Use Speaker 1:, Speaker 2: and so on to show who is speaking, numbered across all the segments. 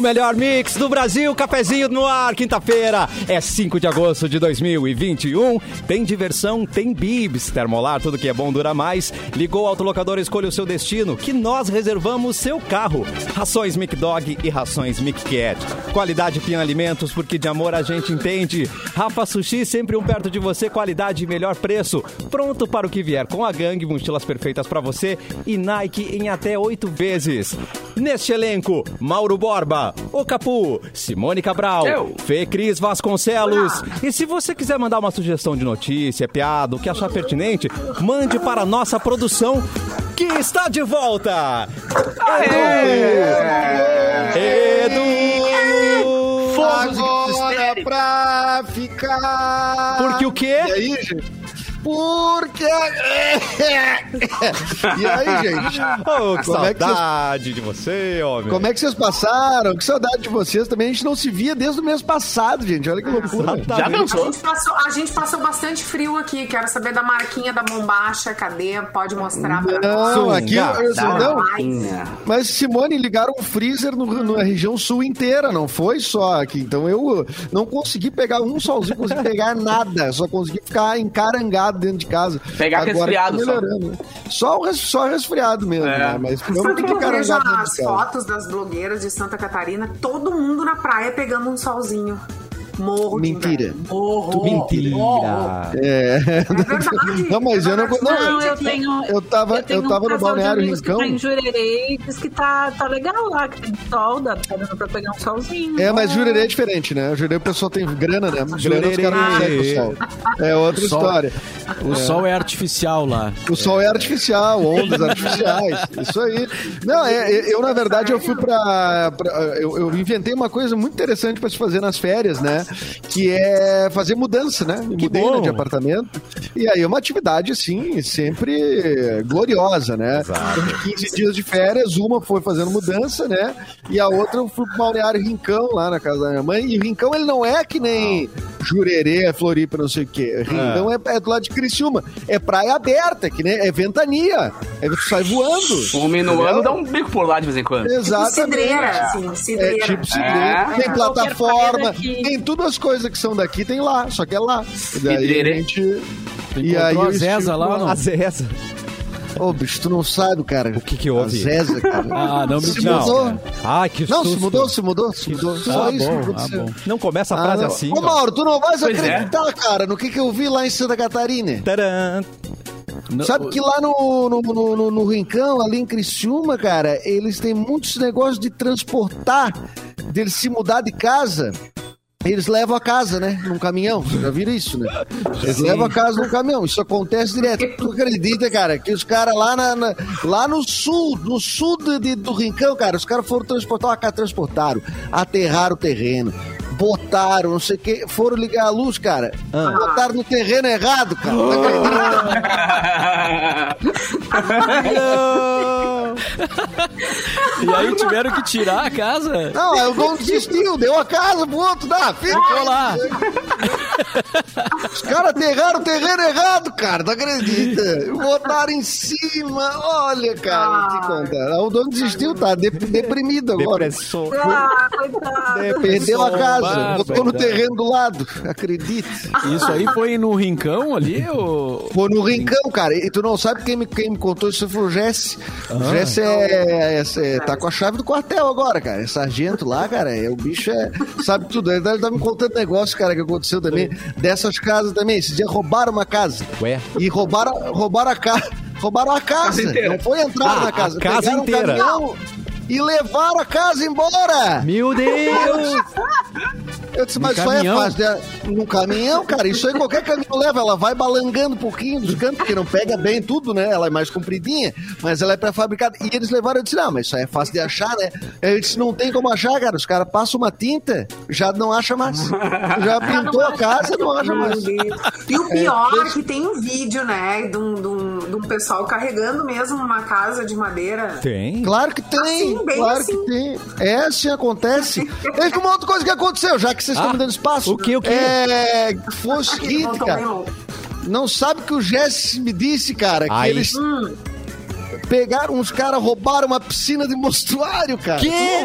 Speaker 1: melhor mix do Brasil, cafezinho no ar, quinta-feira, é 5 de agosto de 2021. Tem diversão, tem bibs, termolar, tudo que é bom dura mais. Ligou o autolocador, escolha o seu destino, que nós reservamos seu carro. Rações Mic Dog e rações Mic Cat. Qualidade Pian Alimentos, porque de amor a gente entende. Rafa Sushi, sempre um perto de você, qualidade e melhor preço. Pronto para o que vier com a gangue, mochilas perfeitas para você e Nike em até oito vezes. Neste elenco, Mauro Borba, O Capu, Simone Cabral,
Speaker 2: Eu.
Speaker 1: Fê Cris Vasconcelos. E se você quiser mandar uma sugestão de notícia, piada, o que achar pertinente, mande para a nossa produção que está de volta. Edu! Edu!
Speaker 2: Fomos
Speaker 3: Agora
Speaker 2: histérico.
Speaker 3: pra ficar.
Speaker 1: Porque o
Speaker 3: E
Speaker 1: quê?
Speaker 3: aí, gente? Porque. e aí, gente?
Speaker 1: Oh, que
Speaker 3: Como é que vocês-
Speaker 1: saudade de você, homem.
Speaker 3: Como é que vocês passaram? Que saudade de vocês também. A gente não se via desde o mês passado, gente. Olha que loucura.
Speaker 1: Exatamente.
Speaker 4: A gente, passou, a gente passou bastante frio aqui. Quero saber da marquinha da bombacha. Cadê? Pode mostrar pra nós.
Speaker 3: Não, aqui.
Speaker 4: Dá
Speaker 3: Não,
Speaker 4: mais.
Speaker 3: Mas, Simone, ligaram o freezer no, na região sul inteira, não foi só aqui. Então eu não consegui pegar um solzinho, não consegui pegar nada. Só consegui ficar encarangado dentro de casa.
Speaker 2: Pegar
Speaker 3: Agora
Speaker 2: resfriado
Speaker 3: tá
Speaker 2: só.
Speaker 3: melhorando. Só. o res- Só resfriado mesmo,
Speaker 2: É.
Speaker 3: né? Mas eu
Speaker 4: Sabe que
Speaker 3: fiquei
Speaker 4: eu vejo
Speaker 3: encarangado dentro
Speaker 4: as
Speaker 3: de casa.
Speaker 4: fotos das blogueiras de Santa Catarina? Todo mundo na praia pegando um solzinho. Morro. de
Speaker 3: Mentira.
Speaker 4: inveja. Morro.
Speaker 1: Mentira.
Speaker 4: Morro.
Speaker 3: É.
Speaker 4: É verdade.
Speaker 3: Não, mas eu não- tipo,
Speaker 4: É verdade.
Speaker 3: não,
Speaker 5: Não, eu tenho.
Speaker 3: Eu tava, eu
Speaker 5: tenho um
Speaker 3: tava no
Speaker 5: casal de
Speaker 3: Balneário
Speaker 5: amigos que
Speaker 3: Rincão.
Speaker 5: Tá em Jurerê e diz que tá, tá legal lá, que tem sol, dá tá dando pra pegar um solzinho.
Speaker 3: É, mas Jurerê é diferente, né? Jurerê o pessoal tem grana, né? Jurerê os caras não
Speaker 1: Jurerê.
Speaker 3: conseguem o sol. É outra
Speaker 6: Sol.
Speaker 3: história.
Speaker 6: O sol é artificial lá.
Speaker 3: O sol é artificial, ondas artificiais. Isso aí. Não, é, é, eu, na verdade, eu fui pra. pra- eu, eu inventei uma coisa muito interessante pra se fazer nas férias, né? Que é fazer mudança, né? Me mudei né,
Speaker 1: bom.
Speaker 3: de apartamento. E aí é uma atividade, assim, sempre gloriosa, né? Tive 15 dias de férias, uma foi fazendo mudança, né? E a outra eu fui pro Balneário Rincão, lá na casa da minha mãe. E Rincão, ele não é que nem. Jurerê, Floripa, não sei o quê. Rincão é, é do lado de Criciúma. É praia aberta, que nem é ventania. É, tu sai voando.
Speaker 2: Homem no ano dá um bico por lá de vez em quando.
Speaker 4: Tipo
Speaker 3: Exatamente.
Speaker 4: cidreira, assim,
Speaker 3: É
Speaker 4: cidreira.
Speaker 3: tipo cidreira.
Speaker 2: É.
Speaker 3: Tem
Speaker 5: Qualquer
Speaker 3: plataforma,
Speaker 5: praia daqui.
Speaker 3: tem todas as coisas que são daqui, tem lá, só que é lá. E daí a
Speaker 2: Cidreira, hein?
Speaker 3: gente. E
Speaker 6: Encontrou
Speaker 3: aí eu
Speaker 6: a Zeza
Speaker 3: estive
Speaker 6: lá ou não?
Speaker 1: A
Speaker 3: é
Speaker 1: Zeza.
Speaker 3: Ô, bicho, tu não sabe, cara. O
Speaker 1: que que houve?
Speaker 3: Zéza, cara.
Speaker 6: Ah, não me
Speaker 3: Se
Speaker 6: diz,
Speaker 3: mudou.
Speaker 6: cara.
Speaker 1: Ai, Ah, que
Speaker 3: Não, se
Speaker 1: susto.
Speaker 3: mudou, se mudou, se mudou. Só
Speaker 6: Ah,
Speaker 3: isso que
Speaker 6: bom, ah,
Speaker 3: aconteceu.
Speaker 6: bom. é
Speaker 1: Não começa a frase
Speaker 3: não.
Speaker 1: assim.
Speaker 3: Ô,
Speaker 1: ó.
Speaker 3: Mauro, tu não vais
Speaker 2: Pois é.
Speaker 3: acreditar, cara, no que, que eu vi lá em Santa Catarina.
Speaker 1: Tcharam.
Speaker 6: No-
Speaker 3: Sabe que lá no, no, no, no- no Rincão, ali em Criciúma, cara, eles têm muitos negócios de transportar, deles se mudar de casa. Eles levam a casa, né? Num caminhão. Vocês já viram isso, né? Eles levam a casa num caminhão. Isso acontece direto. Tu acredita, cara, que os caras lá, na, na- lá no sul, no sul de- de- do Rincão, cara, os caras foram transportar uma casa, transportaram, aterraram o terreno, botaram, não sei o quê, foram ligar a luz, cara. Botaram no terreno errado, cara. Tá Tu acredita?
Speaker 6: E aí
Speaker 1: tipo,
Speaker 6: tiveram que tirar a casa?
Speaker 3: Não, aí o dono desistiu, deu a casa pro outro, dá, fica
Speaker 6: Ficou lá.
Speaker 3: Os caras aterraram o terreno errado, cara, não acredita? Botaram em cima, olha, cara, que conta. Aí o dono desistiu, tá de- deprimido agora.
Speaker 1: Depressor.
Speaker 5: Ah, coitado.
Speaker 3: Perdeu a casa,
Speaker 6: Barbaridade.
Speaker 3: botou no terreno do lado, acredite.
Speaker 6: Isso aí foi no rincão ali? Ou...
Speaker 3: Foi no Rincão, cara, e tu não sabe quem me, quem me contou isso foi o Jesse.
Speaker 1: Ah.
Speaker 3: O Jesse é, é- é- tá com a chave do quartel agora, cara, é sargento lá, cara, é, o bicho é, sabe tudo. Ele tá me contando negócio, cara, que aconteceu também, dessas casas também. Esse dia roubaram uma casa.
Speaker 1: Ué?
Speaker 3: E roubaram, roubaram a casa. Roubaram a casa.
Speaker 2: inteira.
Speaker 3: Não foi entrar
Speaker 1: Ah,
Speaker 3: na casa.
Speaker 1: a casa
Speaker 3: Pegaram um
Speaker 1: inteira.
Speaker 3: caminhão e levaram a casa embora.
Speaker 1: Meu Deus!
Speaker 3: Eu disse, mas
Speaker 6: Num
Speaker 3: isso aí é
Speaker 6: caminhão?
Speaker 3: fácil. Né? Num caminhão, cara, isso aí qualquer caminhão leva. Ela vai balangando um pouquinho dos cantos, porque não pega bem tudo, né? Ela é mais compridinha, mas ela é pré-fabricada. E eles levaram, eu disse, não, mas isso aí é fácil de achar, né? Eu disse, não tem como achar, cara. Os caras passam uma tinta, já não acha mais. Já pintou a casa, não acha
Speaker 4: Meu
Speaker 3: mais.
Speaker 4: Deus. E o pior é que tem um vídeo, né, de um, de um- de um pessoal carregando mesmo uma casa de madeira.
Speaker 1: Tem.
Speaker 3: Claro que tem,
Speaker 4: Assim, bem
Speaker 3: claro
Speaker 4: assim.
Speaker 3: que tem. É, sim, acontece. Teve uma outra coisa que aconteceu, já que vocês estão me dando espaço.
Speaker 1: Ah, o quê, o quê?
Speaker 3: É, foi
Speaker 4: Aqui,
Speaker 3: o
Speaker 4: um
Speaker 3: seguinte,
Speaker 4: voltou bem
Speaker 3: cara.
Speaker 4: louco.
Speaker 3: Não sabe o que o Jess me disse, cara, que
Speaker 1: Aí.
Speaker 3: eles... Pegaram uns caras, roubaram uma piscina de mostruário, cara.
Speaker 1: Quê?
Speaker 3: Tu não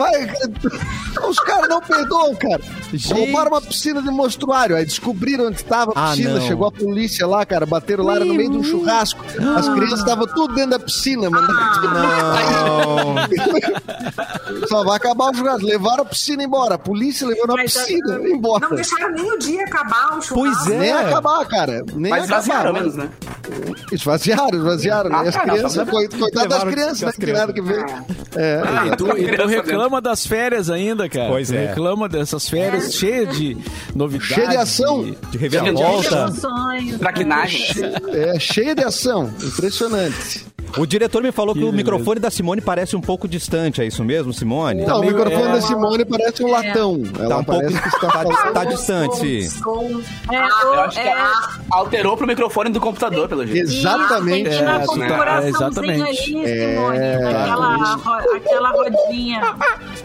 Speaker 3: vai- Os caras não perdoam, cara.
Speaker 1: Gente.
Speaker 3: Roubaram uma piscina de mostruário. Aí descobriram onde estava a
Speaker 1: Ah,
Speaker 3: piscina.
Speaker 1: não.
Speaker 3: Chegou a polícia lá, cara. Bateram lá, era no meio de um churrasco. As
Speaker 1: Ah.
Speaker 3: crianças estavam tudo dentro da piscina, mano.
Speaker 1: Não.
Speaker 3: Só vai acabar o churrasco. Levaram a piscina embora. A polícia levou na
Speaker 5: Mas,
Speaker 3: piscina
Speaker 5: ah,
Speaker 3: embora.
Speaker 4: Não deixaram nem o dia acabar o churrasco.
Speaker 1: Pois é.
Speaker 3: Nem acabar, cara. Nem
Speaker 2: Mas
Speaker 3: acabar.
Speaker 2: vaciaram menos, né?
Speaker 3: Esvaziaram, esvaziaram.
Speaker 2: Ah,
Speaker 3: né? as
Speaker 2: cara,
Speaker 3: crianças,
Speaker 2: tá-
Speaker 3: coi- coitado das
Speaker 1: levaram
Speaker 3: crianças, né?
Speaker 1: as
Speaker 3: Que tiveram que ver. É.
Speaker 6: E tu, e tu
Speaker 2: Criança
Speaker 6: reclama das férias ainda, cara.
Speaker 1: Pois
Speaker 6: Tu
Speaker 1: é.
Speaker 6: Reclama dessas férias cheias de novidades.
Speaker 3: Cheia de ação.
Speaker 1: De reviravolta.
Speaker 5: Emoções.
Speaker 2: Traquinagem.
Speaker 3: É, cheia de ação. Impressionante.
Speaker 1: O diretor me falou que, o
Speaker 6: beleza.
Speaker 1: microfone da Simone parece um pouco distante, é isso mesmo, Simone?
Speaker 3: Não, o
Speaker 6: meio-
Speaker 3: microfone
Speaker 6: é.
Speaker 3: da Simone parece um latão. Ela
Speaker 1: Tá um pouco.
Speaker 3: parece que está
Speaker 1: tá,
Speaker 3: falando.
Speaker 1: tá distante.
Speaker 4: Som, som.
Speaker 5: É,
Speaker 2: Eu
Speaker 5: ou-
Speaker 2: acho que
Speaker 5: é,
Speaker 2: ela alterou pro microfone do computador, pelo jeito.
Speaker 3: Exatamente.
Speaker 5: Isso, Tem que tirar a
Speaker 3: isso. né?
Speaker 5: configuraçãozinha
Speaker 6: É, exatamente.
Speaker 5: ali, Simone.
Speaker 3: É,
Speaker 5: aquela,
Speaker 3: exatamente.
Speaker 5: ro- aquela rodinha. Aquela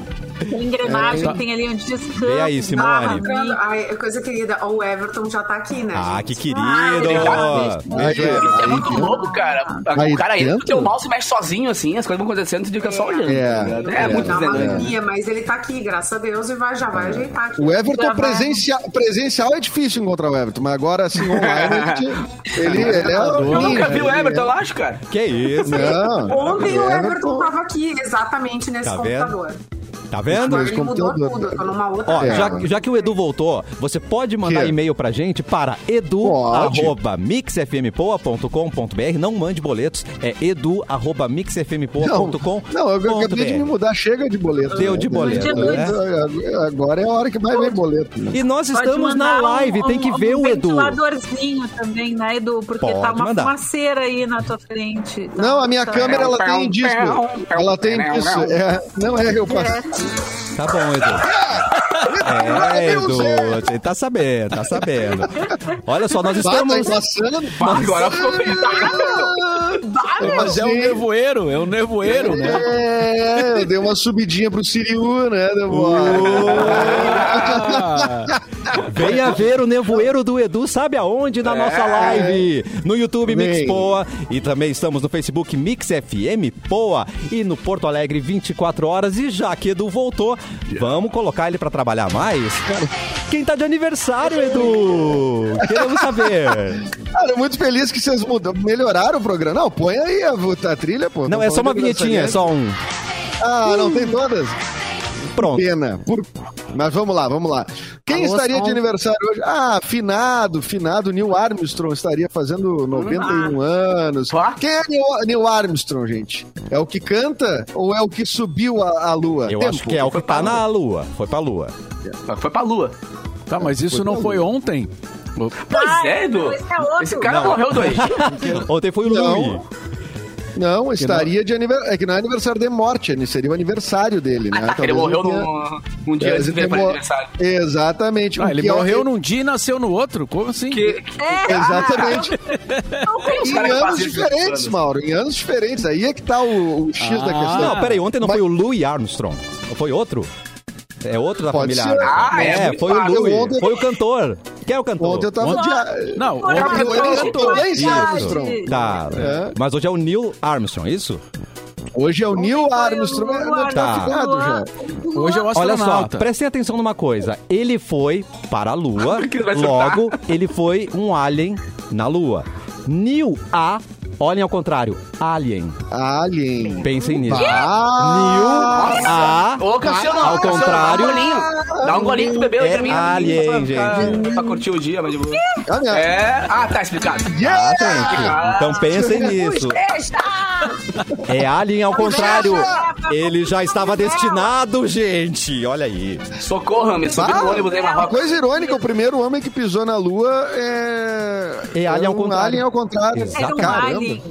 Speaker 5: engrenagem
Speaker 6: É.
Speaker 5: que tem ali um onde descansa.
Speaker 1: Vem aí, Simone.
Speaker 5: barra,
Speaker 4: Ai, é coisa querida, o Everton já tá aqui, né?
Speaker 1: Ah, que
Speaker 4: gente?
Speaker 1: querido!
Speaker 3: é
Speaker 2: obrigado.
Speaker 1: Beijo,
Speaker 3: Aí,
Speaker 1: Everton.
Speaker 2: Isso é
Speaker 3: aí,
Speaker 2: muito
Speaker 3: viu?
Speaker 2: louco, cara.
Speaker 3: Aí
Speaker 2: o cara entra,
Speaker 3: dentro?
Speaker 2: o teu mouse mexe sozinho, assim, as coisas vão acontecendo, tu fica só olhando.
Speaker 3: É.
Speaker 2: tá ligado? é,
Speaker 3: É.
Speaker 2: muito
Speaker 4: Dá uma
Speaker 1: né?
Speaker 2: desenho.
Speaker 4: mania, mas ele tá aqui, graças a Deus, e vai, já
Speaker 1: É.
Speaker 4: vai ajeitar aqui.
Speaker 3: O Everton
Speaker 5: Já vai.
Speaker 3: presencia, presencial é difícil encontrar o Everton, mas agora assim online ele- ele, ele é o
Speaker 2: Eu nunca
Speaker 3: ninja,
Speaker 2: vi
Speaker 3: ele
Speaker 2: o
Speaker 3: é-
Speaker 2: Everton, eu acho, cara.
Speaker 1: Que isso?
Speaker 3: Não.
Speaker 4: Ontem o Everton tava aqui, exatamente nesse
Speaker 1: Tá vendo?
Speaker 4: computador.
Speaker 1: Tá vendo?
Speaker 4: Agora
Speaker 3: Esse
Speaker 4: ele mudou
Speaker 3: computador,
Speaker 4: tudo, eu
Speaker 3: cara.
Speaker 4: tô numa outra.
Speaker 1: Ó,
Speaker 3: É.
Speaker 1: já, já que o Edu voltou, você pode mandar
Speaker 3: Que?
Speaker 1: e-mail pra gente para
Speaker 3: Pode.
Speaker 1: edu.mixfmpoa.com.br. Não mande boletos, é
Speaker 3: Não,
Speaker 1: edu.mixfmpoa.com.
Speaker 3: não, eu acabei de me mudar, chega de boleto.
Speaker 1: Deu de boleto, né?
Speaker 3: Agora- Agora é a hora que mais vem boleto. né?
Speaker 1: E nós
Speaker 5: Pode
Speaker 1: estamos na
Speaker 5: mandar
Speaker 1: live,
Speaker 5: um-
Speaker 1: tem que
Speaker 5: um-
Speaker 1: ver
Speaker 5: um
Speaker 1: o Edu.
Speaker 5: ventiladorzinho também, né, Edu? Porque
Speaker 1: Pode
Speaker 5: tá uma
Speaker 1: mandar.
Speaker 5: fumaceira aí na tua frente. Tá-
Speaker 3: Não, a minha
Speaker 5: tá-
Speaker 3: câmera ela tem disco. Ela tem disco. É, não é, eu passo.
Speaker 1: Tá bom, Edu. É,
Speaker 3: Meu
Speaker 1: Edu,
Speaker 3: Deus,
Speaker 1: você tá sabendo, tá sabendo. Olha só, nós
Speaker 3: Bata aí
Speaker 1: estamos.
Speaker 3: passando.
Speaker 2: Agora ficou
Speaker 6: Mas é um
Speaker 3: Sim.
Speaker 6: nevoeiro, é um nevoeiro, né?
Speaker 3: É, eu dei uma subidinha pro Siriu, né? Deu
Speaker 1: Uh.
Speaker 6: Ah,
Speaker 1: Venha ver o nevoeiro do Edu, sabe aonde?
Speaker 3: É.
Speaker 1: Na nossa live. No YouTube
Speaker 3: Vem.
Speaker 1: Mix Poa. E também estamos no Facebook Mix FM Poa. E no Porto Alegre 24 horas. E já que Edu voltou, vamos colocar ele pra trabalhar mais? Quem tá de aniversário, Edu? Queremos saber.
Speaker 3: Cara, Ah, muito feliz que vocês mudaram, melhoraram o programa. Não, põe aí a, a trilha, pô.
Speaker 1: Não,
Speaker 3: Tô
Speaker 1: é só
Speaker 3: falando
Speaker 1: uma
Speaker 3: de
Speaker 1: vinhetinha, é
Speaker 3: dançarina.
Speaker 1: só um.
Speaker 3: Ah, não tem todas?
Speaker 1: Pronto.
Speaker 3: Pena. Por- Mas vamos lá, vamos lá. Quem
Speaker 5: Alô,
Speaker 3: estaria
Speaker 5: som.
Speaker 3: de aniversário hoje? Ah, finado, finado. Neil Armstrong estaria fazendo 91 anos.
Speaker 2: Ah. Pá.
Speaker 3: Quem é Neil, Neil Armstrong, gente? É o que canta ou é o que subiu a, a lua?
Speaker 1: Eu
Speaker 3: Tempo.
Speaker 1: acho que é o que tá na lua. Foi pra lua.
Speaker 2: Foi pra lua.
Speaker 6: tá, mas isso não foi ontem.
Speaker 2: Pois é, Edu.
Speaker 5: esse é outro.
Speaker 2: Esse cara morreu dois.
Speaker 1: Ontem foi o
Speaker 3: Não.
Speaker 1: Louis.
Speaker 3: Não, estaria de aniversário. É que não é aniversário de morte, ele seria o aniversário dele, né?
Speaker 2: Ah, tá, Ele
Speaker 3: Talvez
Speaker 2: morreu
Speaker 3: não tenha- É,
Speaker 2: num um dia antes
Speaker 3: ele
Speaker 2: de ver pra
Speaker 3: demor-
Speaker 2: aniversário.
Speaker 3: Exatamente.
Speaker 6: Ah,
Speaker 3: O
Speaker 6: ele
Speaker 3: que é o-
Speaker 6: morreu num dia e nasceu no outro? Como assim?
Speaker 2: Que,
Speaker 5: É,
Speaker 3: Exatamente.
Speaker 2: os
Speaker 3: Em
Speaker 2: caras que
Speaker 3: anos
Speaker 2: fazem isso,
Speaker 3: diferentes,
Speaker 2: mano.
Speaker 3: Mauro. Em anos diferentes. Aí é que tá o, o X da questão.
Speaker 1: Ah. Não, peraí, ontem não
Speaker 3: Ah, Mas-
Speaker 1: foi o Louis Armstrong. Foi outro? É outro da
Speaker 3: Pode
Speaker 1: família
Speaker 3: ser.
Speaker 1: Armstrong.
Speaker 2: Ah, é
Speaker 1: é,
Speaker 2: muito
Speaker 1: foi o
Speaker 2: fácil.
Speaker 1: Louis.
Speaker 3: Ontem-
Speaker 1: Foi o cantor. Quem é o cantor?
Speaker 3: Ontem eu tava de.
Speaker 6: Não,
Speaker 5: Foi
Speaker 6: ontem
Speaker 5: lá.
Speaker 6: foi
Speaker 3: Capoeira
Speaker 5: Foi
Speaker 3: japonês,
Speaker 5: lá.
Speaker 3: Armstrong.
Speaker 1: Tá.
Speaker 3: É.
Speaker 1: Mas hoje é o Neil Armstrong, isso?
Speaker 3: Hoje é o Neil
Speaker 5: um
Speaker 3: Armstrong. Não,
Speaker 1: Tá.
Speaker 3: Tá ficado já.
Speaker 6: Hoje é o
Speaker 1: Olha só,
Speaker 6: astronauta.
Speaker 1: prestem atenção numa coisa. Ele foi para a Lua,
Speaker 2: Que ele vai chutar.
Speaker 1: logo ele foi um alien na Lua. Neil A, olhem ao contrário, alien.
Speaker 3: Alien.
Speaker 1: Pensem nisso.
Speaker 3: Ah,
Speaker 1: Neil A,
Speaker 2: Ô, Cassiano,
Speaker 1: ao
Speaker 2: Cassiano,
Speaker 1: contrário,
Speaker 2: Dá um golinho. Dá um golinho pro bebê.
Speaker 1: É
Speaker 2: pra mim,
Speaker 1: alien,
Speaker 2: pra- pra- Pra curtir o dia, mas de boa.
Speaker 3: Olha.
Speaker 2: É... Ah, tá explicado.
Speaker 1: Ah,
Speaker 3: né? Yeah!
Speaker 1: gente. Então pensem nisso. É Alien ao contrário. Ele já estava destinado, gente. Olha aí.
Speaker 2: Socorro, Rami. Subi no ônibus aí,
Speaker 1: tá.
Speaker 3: Uma
Speaker 2: Marrocos.
Speaker 3: coisa irônica, o primeiro homem que pisou na lua é.
Speaker 1: É alien ao
Speaker 3: um
Speaker 1: contrário.
Speaker 3: Alien ao contrário.
Speaker 1: Exato.
Speaker 5: Era um
Speaker 3: tá Caramba.
Speaker 5: alien.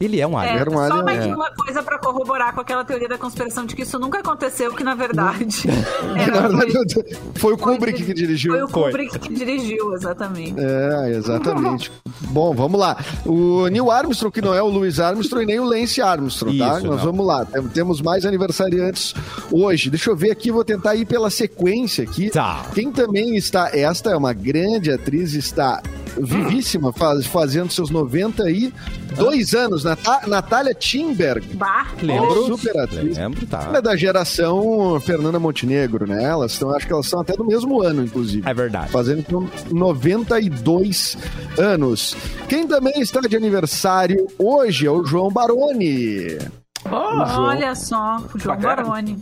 Speaker 1: Ele é um
Speaker 5: É,
Speaker 1: alien.
Speaker 3: Era um alien,
Speaker 5: só mais
Speaker 3: é.
Speaker 5: uma coisa pra corroborar com aquela teoria da conspiração de que isso nunca aconteceu, que na verdade.
Speaker 3: Na
Speaker 5: era-
Speaker 3: verdade, foi o Kubrick
Speaker 5: É,
Speaker 3: que
Speaker 5: foi-
Speaker 3: dirigiu.
Speaker 5: Foi o
Speaker 1: Foi.
Speaker 5: Kubrick que dirigiu, exatamente.
Speaker 3: É, exatamente. Bom, vamos lá. O Neil Armstrong, que não é o Louis Armstrong e nem o Lance Armstrong, tá?
Speaker 1: Isso,
Speaker 3: Nós
Speaker 1: não.
Speaker 3: vamos lá. Tem- Temos mais aniversariantes hoje. Deixa eu ver aqui, vou tentar ir pela sequência aqui.
Speaker 1: Tá.
Speaker 3: Quem também está, esta é uma grande atriz, está vivíssima, faz- fazendo seus 92 anos. Nata- Natália Timberg.
Speaker 5: Bah.
Speaker 1: Lembro.
Speaker 3: Super atriz.
Speaker 1: Lembro,
Speaker 3: Ela é
Speaker 1: tá.
Speaker 3: da geração Fernanda Montenegro, né? Elas estão, acho que elas são até do mesmo ano, inclusive.
Speaker 1: É verdade.
Speaker 3: Fazendo então 92 anos. Quem também está de aniversário hoje é o João Baroni.
Speaker 5: Olha só, o João
Speaker 2: Bacana.
Speaker 5: Baroni.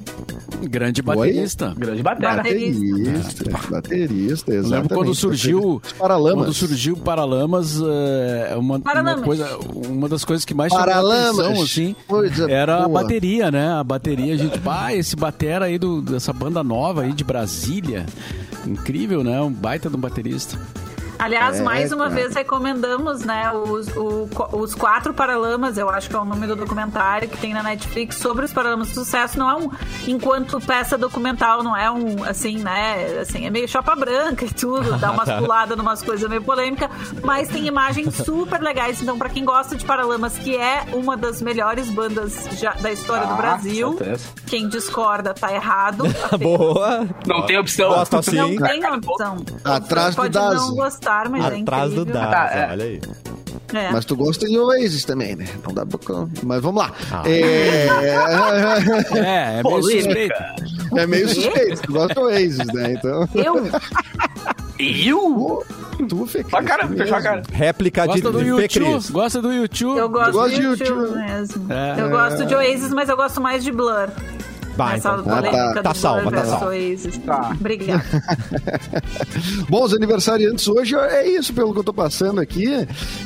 Speaker 6: Grande baterista.
Speaker 2: Grande batera.
Speaker 3: Baterista. Baterista,
Speaker 6: Eu
Speaker 3: exatamente.
Speaker 6: lembro quando surgiu
Speaker 3: Paralamas.
Speaker 6: Quando surgiu o Paralamas, é, uma,
Speaker 5: Paralamas.
Speaker 6: uma coisa, uma das coisas que mais
Speaker 3: Paralamas.
Speaker 6: chamou a atenção, assim,
Speaker 3: Coisa
Speaker 6: era a
Speaker 3: boa.
Speaker 6: bateria, né? A bateria, a gente, pá, esse batera aí do, dessa banda nova aí de Brasília. Incrível, né? Um baita de um baterista.
Speaker 5: Aliás,
Speaker 3: É,
Speaker 5: mais uma
Speaker 3: cara.
Speaker 5: vez recomendamos, né, os, o- os quatro Paralamas, eu acho que é o nome do documentário que tem na Netflix sobre os Paralamas do Sucesso. Não é um, enquanto peça documental, não é um, assim, né, assim, é meio chapa branca e tudo, dá umas puladas numas coisas meio polêmica, mas tem imagens super legais. Então, pra quem gosta de Paralamas, que é uma das melhores bandas já- da história do
Speaker 2: Ah,
Speaker 5: Brasil,
Speaker 2: certeza.
Speaker 5: quem discorda tá errado.
Speaker 1: Boa.
Speaker 2: Não tem opção.
Speaker 1: Gosto assim.
Speaker 5: Não tem opção.
Speaker 3: Atrás do
Speaker 5: Pode
Speaker 3: Dazo.
Speaker 5: não gostar, mas é
Speaker 1: Atrás do
Speaker 5: incrível.
Speaker 1: Daza,
Speaker 2: Tá, é.
Speaker 1: olha aí.
Speaker 5: É.
Speaker 3: Mas tu gosta de Oasis também, né? Não dá pra... Mas vamos lá.
Speaker 6: Ah.
Speaker 3: É...
Speaker 6: É, é meio
Speaker 2: Polêmica.
Speaker 6: suspeito.
Speaker 3: é meio suspeito. Tu gosta de Oasis, né? Então...
Speaker 2: É.
Speaker 5: Eu?
Speaker 2: Eu?
Speaker 3: Tu, tu fez.
Speaker 2: Só a cara, uh, fechou a cara.
Speaker 1: Réplica de,
Speaker 6: Gosta do
Speaker 1: de P.
Speaker 6: YouTube,
Speaker 1: Cris.
Speaker 6: gosta do YouTube.
Speaker 5: Eu gosto,
Speaker 3: gosto
Speaker 5: de
Speaker 3: de
Speaker 5: YouTube,
Speaker 3: U2.
Speaker 5: mesmo.
Speaker 6: É.
Speaker 5: Eu gosto de Oasis, mas eu gosto mais de Blur.
Speaker 1: Vai,
Speaker 5: Essa
Speaker 1: então.
Speaker 3: tá.
Speaker 5: polêmica do
Speaker 1: Tá salva,
Speaker 5: Blur
Speaker 1: tá
Speaker 5: versus
Speaker 1: salva.
Speaker 5: Oasis.
Speaker 2: Tá.
Speaker 5: Obrigada.
Speaker 3: Bom, os aniversariantes hoje é isso pelo que eu tô passando aqui.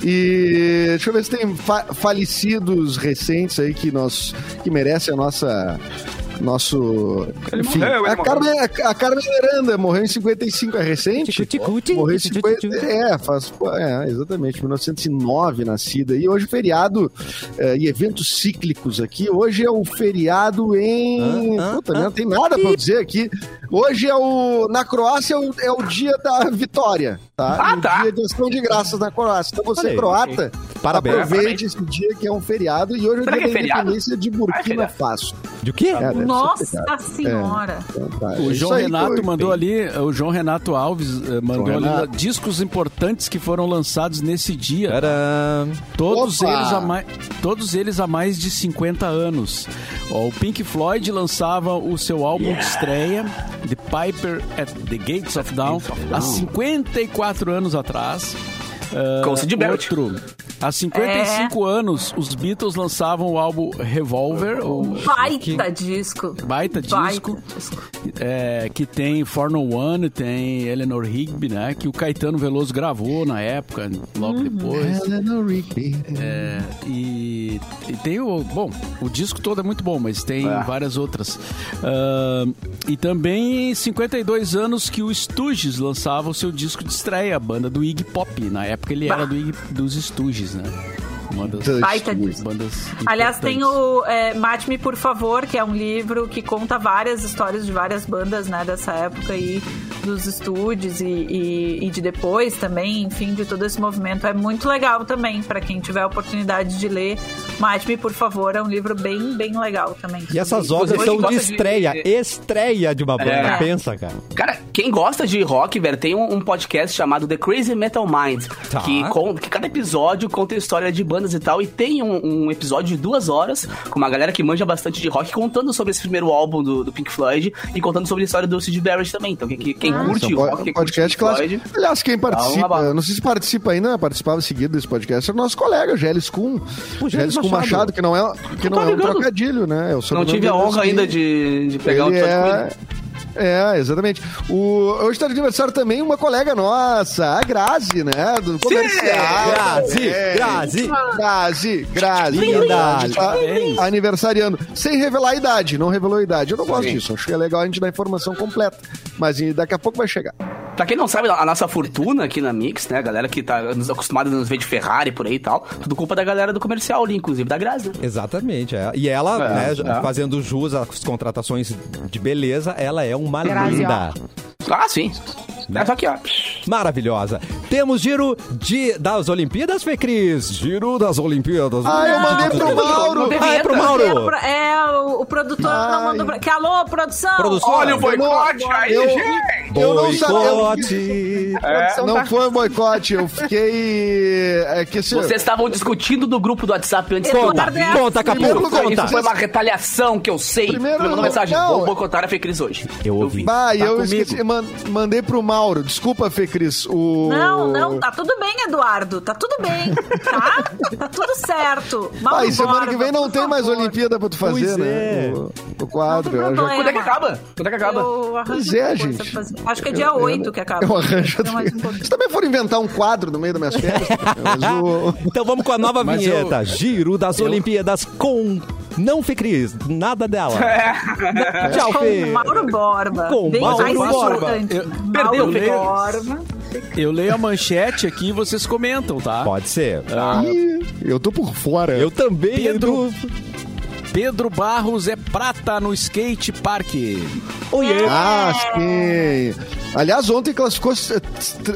Speaker 3: E deixa eu ver se tem fa- falecidos recentes aí que nós que merecem a nossa nosso
Speaker 2: Ele morreu, ele
Speaker 3: a, Carmen, a Carmen Miranda morreu em 55, é recente? Morreu em 50, é, faz, é, exatamente, 1909 nascida. E hoje feriado é, e eventos cíclicos aqui. Hoje é o feriado em.
Speaker 1: Ah, ah,
Speaker 3: Puta, não tem nada pra eu dizer aqui. Hoje é o. Na Croácia é o, é o dia da vitória, tá?
Speaker 2: Ah,
Speaker 3: E o
Speaker 2: tá.
Speaker 3: Dia de ação de graças na Croácia. Então você
Speaker 1: Olha
Speaker 3: é
Speaker 1: aí,
Speaker 3: croata,
Speaker 1: Parabéns.
Speaker 3: aproveite esse dia que é um feriado. E hoje é o dia
Speaker 2: Será
Speaker 3: da
Speaker 2: que é feriado?
Speaker 3: independência de Burkina
Speaker 2: feriado.
Speaker 3: Faso.
Speaker 1: De quê?
Speaker 3: É, deve ser feriado.
Speaker 5: Nossa senhora.
Speaker 3: Então tá, é
Speaker 6: Tá O
Speaker 3: isso
Speaker 6: João
Speaker 3: aí,
Speaker 6: Renato
Speaker 3: então,
Speaker 6: mandou
Speaker 3: enfim.
Speaker 6: ali, o João Renato Alves eh, mandou
Speaker 3: João
Speaker 6: ali
Speaker 3: Renato.
Speaker 6: discos importantes que foram lançados nesse dia.
Speaker 1: Tcharam.
Speaker 6: Todos
Speaker 3: Opa!
Speaker 6: eles, a mais, todos eles há mais de 50 anos. Ó, O Pink Floyd lançava o seu álbum de estreia, The Piper at the Gates of Dawn, há 54 anos atrás. Ah,
Speaker 2: Com Sid Barrett.
Speaker 6: outro. Há 55 anos, os Beatles lançavam o álbum Revolver,
Speaker 1: É.
Speaker 6: ou
Speaker 5: Baita disco.
Speaker 6: baita disco, é, que tem For No One, tem Eleanor Rigby, né? Que o Caetano Veloso gravou na época, logo depois.
Speaker 3: Eleanor Rigby.
Speaker 6: É, e, e tem o. Bom, o disco todo é muito bom, mas tem várias outras. Ah, e também em 52 anos que o Stooges lançava o seu disco de estreia, a banda do Iggy Pop. Na época ele era do Iggy, dos Stooges, né? Uma das
Speaker 3: Então,
Speaker 5: Baita
Speaker 3: Ui.
Speaker 5: disco.
Speaker 6: bandas.
Speaker 5: Aliás,
Speaker 6: importantes.
Speaker 5: tem o é, Mate-me, por favor, que é um livro que conta várias histórias de várias bandas, né, dessa época aí, dos estúdios e, e- e de depois também, enfim, de todo esse movimento. É muito legal também, pra quem tiver a oportunidade de ler. Mate-me, por favor, é um livro bem, bem legal também.
Speaker 1: E essas obras
Speaker 2: Você
Speaker 1: são de
Speaker 2: gosta de-
Speaker 1: estreia. Estreia de uma banda.
Speaker 2: É.
Speaker 1: Pensa, cara.
Speaker 2: Cara, quem gosta de rock, velho, tem um, um podcast chamado The Crazy Metal Mind.
Speaker 1: Tá.
Speaker 2: Que, con- que cada episódio conta a história de bandas e tal. E tem um, um episódio de duas horas com uma galera que manja bastante de rock, contando sobre esse primeiro álbum do, do Pink Floyd e contando sobre a história do Sid Barrett também. Então, quem, quem- quem curte
Speaker 3: Esse é um
Speaker 2: rock, quem curte
Speaker 3: podcast
Speaker 2: Pink Floyd.
Speaker 3: clássico. Aliás, quem participa,
Speaker 2: bala.
Speaker 3: eu não sei se participa ainda, mas participava seguido desse podcast, é o nosso colega, Gélis Kuhn. Gélis Kuhn Machado. que não é, que não
Speaker 2: tá
Speaker 3: é um
Speaker 2: ligado?
Speaker 3: trocadilho, né? Eu sou
Speaker 2: Não tive a honra ainda de, de pegar o
Speaker 3: ele
Speaker 2: episódio com
Speaker 3: é...
Speaker 2: ele.
Speaker 3: É, exatamente. O... Hoje está de aniversário também uma colega nossa, a Grazi, né? Do comercial.
Speaker 1: Grazi,
Speaker 3: É.
Speaker 1: Grazi.
Speaker 3: Grazi, Grazi.
Speaker 1: Verdade.
Speaker 3: Tá
Speaker 6: Parabéns.
Speaker 3: Aniversariando. Sem revelar a idade, não revelou a idade. Eu não gosto disso, acho que é legal a gente dar a informação completa. Mas e, daqui a pouco vai chegar.
Speaker 2: Pra quem não sabe, a nossa fortuna aqui na Mix, né? A galera que tá nos- acostumada a nos ver de Ferrari por aí e tal. Tudo culpa da galera do comercial ali, inclusive da Grazi. né?
Speaker 1: Exatamente. é. E ela,
Speaker 2: É,
Speaker 1: né,
Speaker 2: é.
Speaker 1: fazendo jus às contratações de beleza, ela é uma linda.
Speaker 2: Ah, sim. É só que, ó.
Speaker 1: Maravilhosa. Temos giro de, das Olimpíadas, Fê Cris? Giro das Olimpíadas.
Speaker 3: Ah, eu mandei pro
Speaker 5: Não
Speaker 3: Mauro.
Speaker 5: tem
Speaker 1: Ah, é
Speaker 5: vinheta.
Speaker 1: pro Mauro.
Speaker 5: É, o pro- É, o, o produtor não
Speaker 3: Ai.
Speaker 5: mandou pra... Que alô, produção!
Speaker 1: Produção.
Speaker 7: Olha o boicote
Speaker 3: Eu-
Speaker 7: aí,
Speaker 3: eu-
Speaker 7: gente!
Speaker 3: Eu não sabia- eu-
Speaker 1: Boicote.
Speaker 7: É.
Speaker 3: Não
Speaker 5: tá
Speaker 3: foi um boicote, eu fiquei. É que assim,
Speaker 2: Vocês estavam discutindo do grupo do WhatsApp antes
Speaker 5: Conta,
Speaker 2: eu dar
Speaker 5: conta,
Speaker 2: vida.
Speaker 1: Conta, Capu,
Speaker 2: Isso
Speaker 1: conta.
Speaker 2: foi uma retaliação que eu sei.
Speaker 3: Primeiro,
Speaker 2: Primeiro,
Speaker 3: não,
Speaker 2: mensagem.
Speaker 3: não.
Speaker 2: Vou boicotar a Fê Cris hoje.
Speaker 1: Eu ouvi.
Speaker 3: Bah, e eu
Speaker 6: comigo.
Speaker 3: esqueci, man- mandei pro Mauro. Desculpa, Fê Cris. O...
Speaker 5: Não, não, tá tudo bem, Eduardo. Tá tudo bem, tá? Tá tudo certo. Mal
Speaker 3: Ah, e semana que vem não tem mais
Speaker 5: Olimpíada.
Speaker 3: Olimpíada pra tu fazer,
Speaker 1: Pois
Speaker 3: né?
Speaker 1: é.
Speaker 3: O, o quadro.
Speaker 5: Não tem
Speaker 3: eu já-
Speaker 5: problema.
Speaker 2: Quando é que acaba? Quando é que acaba?
Speaker 5: Eu arranjo
Speaker 3: Pois é,
Speaker 5: outra coisa
Speaker 3: gente.
Speaker 5: pra fazer. Acho que é dia 8 que acaba.
Speaker 3: Eu arranjo.
Speaker 5: Então, mais um pouquinho.
Speaker 3: Vocês também foram inventar um quadro no meio das minhas férias? Mas o-
Speaker 1: Então vamos com a nova
Speaker 6: Mas
Speaker 1: vinheta.
Speaker 6: eu-
Speaker 1: Giro das Olimpíadas com. Não, Fê Cris, nada dela.
Speaker 3: É.
Speaker 1: Não, Tchau, Fê.
Speaker 5: Com Mauro Borba.
Speaker 1: Com
Speaker 5: Bem
Speaker 1: Mauro
Speaker 5: mais
Speaker 1: Borba.
Speaker 5: importante.
Speaker 6: Eu-
Speaker 2: Perdeu,
Speaker 5: Mauro
Speaker 2: perdeu.
Speaker 5: Borba.
Speaker 6: Eu leio a manchete aqui e vocês comentam, tá?
Speaker 1: Pode ser.
Speaker 3: Ih, eu tô por fora.
Speaker 1: Ah. Eu também,
Speaker 6: Pedro.
Speaker 1: Edu.
Speaker 6: Pedro Barros é prata no skate park. Então,
Speaker 1: Oiê.
Speaker 3: Ah,
Speaker 2: É.
Speaker 3: sim. Aliás, ontem classificou os-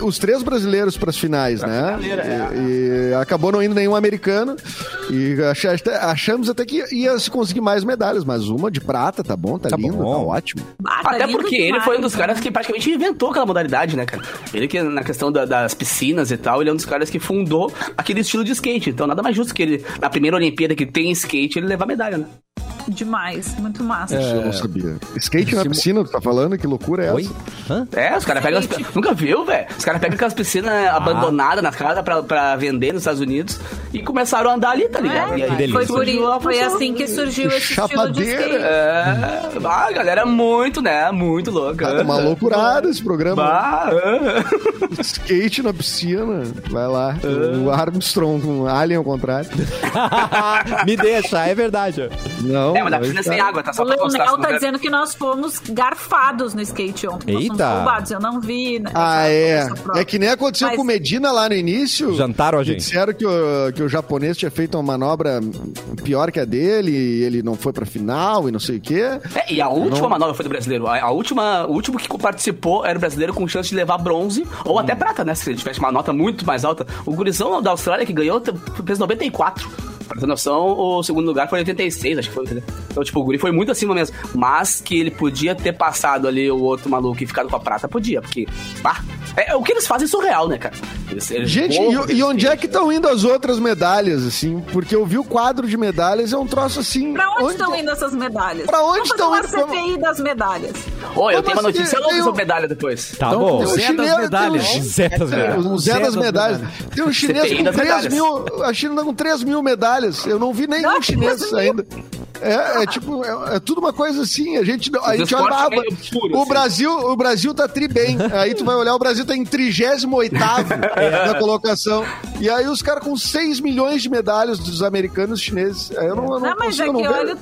Speaker 3: os três brasileiros para as finais, né?
Speaker 2: é.
Speaker 3: E, e acabou não indo nenhum americano. E acha- até- achamos até que ia se conseguir mais medalhas, mas uma de prata, tá bom, tá,
Speaker 1: Tá
Speaker 3: lindo,
Speaker 1: bom.
Speaker 3: tá ótimo.
Speaker 5: Ah, tá
Speaker 2: Até
Speaker 5: lindo
Speaker 2: porque ele
Speaker 5: demais.
Speaker 2: foi um dos caras que praticamente inventou aquela modalidade, né, cara? Ele que, na questão da- das piscinas e tal, ele é um dos caras que fundou aquele estilo de skate. Então, nada mais justo que ele, na primeira Olimpíada que tem skate, ele levar medalha, né?
Speaker 5: Demais, muito
Speaker 1: É.
Speaker 5: massa.
Speaker 3: Isso eu não sabia. Skate na piscina, tu tá falando? Que loucura é essa?
Speaker 1: Oi? Hã?
Speaker 2: É, os caras pegam. As...
Speaker 5: Skate.
Speaker 2: Nunca viu, velho? Os caras pegam aquelas piscinas abandonadas na casa pra, pra vender nos Estados Unidos e começaram a andar ali, tá ligado?
Speaker 5: É,
Speaker 2: E aí
Speaker 1: delícia.
Speaker 5: foi, por,
Speaker 2: surgiu a
Speaker 5: isso- foi
Speaker 2: função.
Speaker 5: assim que surgiu esse estilo de
Speaker 3: Chapadeira.
Speaker 5: skate.
Speaker 2: É, ah, galera, muito, né? Muito louca.
Speaker 3: Ah, é tá uma loucurada esse programa.
Speaker 2: Bah, ah.
Speaker 3: Skate na piscina. Vai lá. O Armstrong, um alien ao contrário.
Speaker 1: Me deixa, é verdade.
Speaker 3: Não.
Speaker 2: É, mas a
Speaker 3: vai
Speaker 2: piscina é sem
Speaker 3: ficar.
Speaker 2: água, tá? Só
Speaker 5: O
Speaker 2: pra constar,
Speaker 5: Leonel
Speaker 2: se não
Speaker 5: tá
Speaker 2: quer-
Speaker 5: dizendo que nós fomos garfados no skate ontem. Nós fomos
Speaker 1: Eita.
Speaker 5: roubados, eu não vi. né,
Speaker 3: Ah,
Speaker 5: essa-
Speaker 3: é.
Speaker 5: essa prova.
Speaker 3: É que nem aconteceu
Speaker 5: Mas-
Speaker 3: com o Medina lá no início.
Speaker 1: Jantaram a
Speaker 3: Que
Speaker 1: gente.
Speaker 3: Disseram que o, que o japonês tinha feito uma manobra pior que a dele, e ele não foi pra final e não sei o quê.
Speaker 2: É, e a última manobra foi do brasileiro. A, a última, o último que participou era o brasileiro com chance de levar bronze ou até
Speaker 3: Hum.
Speaker 2: prata, né? Se ele tivesse uma nota muito mais alta. O gurizão da Austrália que ganhou te- fez 94. Pra ter noção, o segundo lugar foi 86, acho que foi. entendeu? Então, tipo, o guri foi muito acima mesmo. Mas que ele podia ter passado ali o outro maluco e ficado com a prata, podia, porque. pá, é, o que eles fazem é surreal, né, cara? Eles-
Speaker 5: É
Speaker 2: eles
Speaker 3: Gente,
Speaker 2: voam,
Speaker 3: e,
Speaker 2: eles
Speaker 3: e onde
Speaker 2: têm-
Speaker 3: é que estão indo as outras medalhas, assim? Porque eu vi o quadro de medalhas, é um troço assim.
Speaker 5: Pra onde estão
Speaker 3: tem-
Speaker 5: indo essas medalhas?
Speaker 3: Pra onde
Speaker 5: Vamos
Speaker 3: estão
Speaker 5: fazer
Speaker 3: indo?
Speaker 5: uma CPI das medalhas.
Speaker 2: Oi, eu
Speaker 3: Como
Speaker 2: tenho uma
Speaker 3: assim?
Speaker 2: notícia louca
Speaker 3: Eu-
Speaker 2: sobre medalha depois.
Speaker 1: Tá
Speaker 6: Então,
Speaker 1: bom.
Speaker 6: o
Speaker 3: tem
Speaker 6: Zé das
Speaker 3: chinelo, tem
Speaker 6: medalhas.
Speaker 3: um-
Speaker 1: Zé
Speaker 2: Tá
Speaker 1: das medalhas.
Speaker 3: O Zé das medalhas. Tem um chinês
Speaker 2: CPI
Speaker 3: com
Speaker 2: das
Speaker 3: 3
Speaker 2: medalhas.
Speaker 3: mil. A China tá com 3 mil medalhas. Eu não vi nenhum
Speaker 5: Não,
Speaker 3: chinês
Speaker 5: 3 mil.
Speaker 3: ainda. É, é tipo, é, é tudo uma coisa assim. A gente, a gente olha.
Speaker 2: esportes
Speaker 3: ah,
Speaker 2: meio
Speaker 3: o,
Speaker 2: obscuros, assim.
Speaker 3: Brasil, o Brasil tá tri bem. Aí tu vai olhar, o Brasil tá em 38
Speaker 2: É.
Speaker 3: na colocação. E aí os caras com 6 milhões de medalhas dos americanos e chineses. Aí Eu não, eu não,
Speaker 5: Não, mas é
Speaker 3: consigo,
Speaker 5: que,
Speaker 3: não ver.
Speaker 5: olha,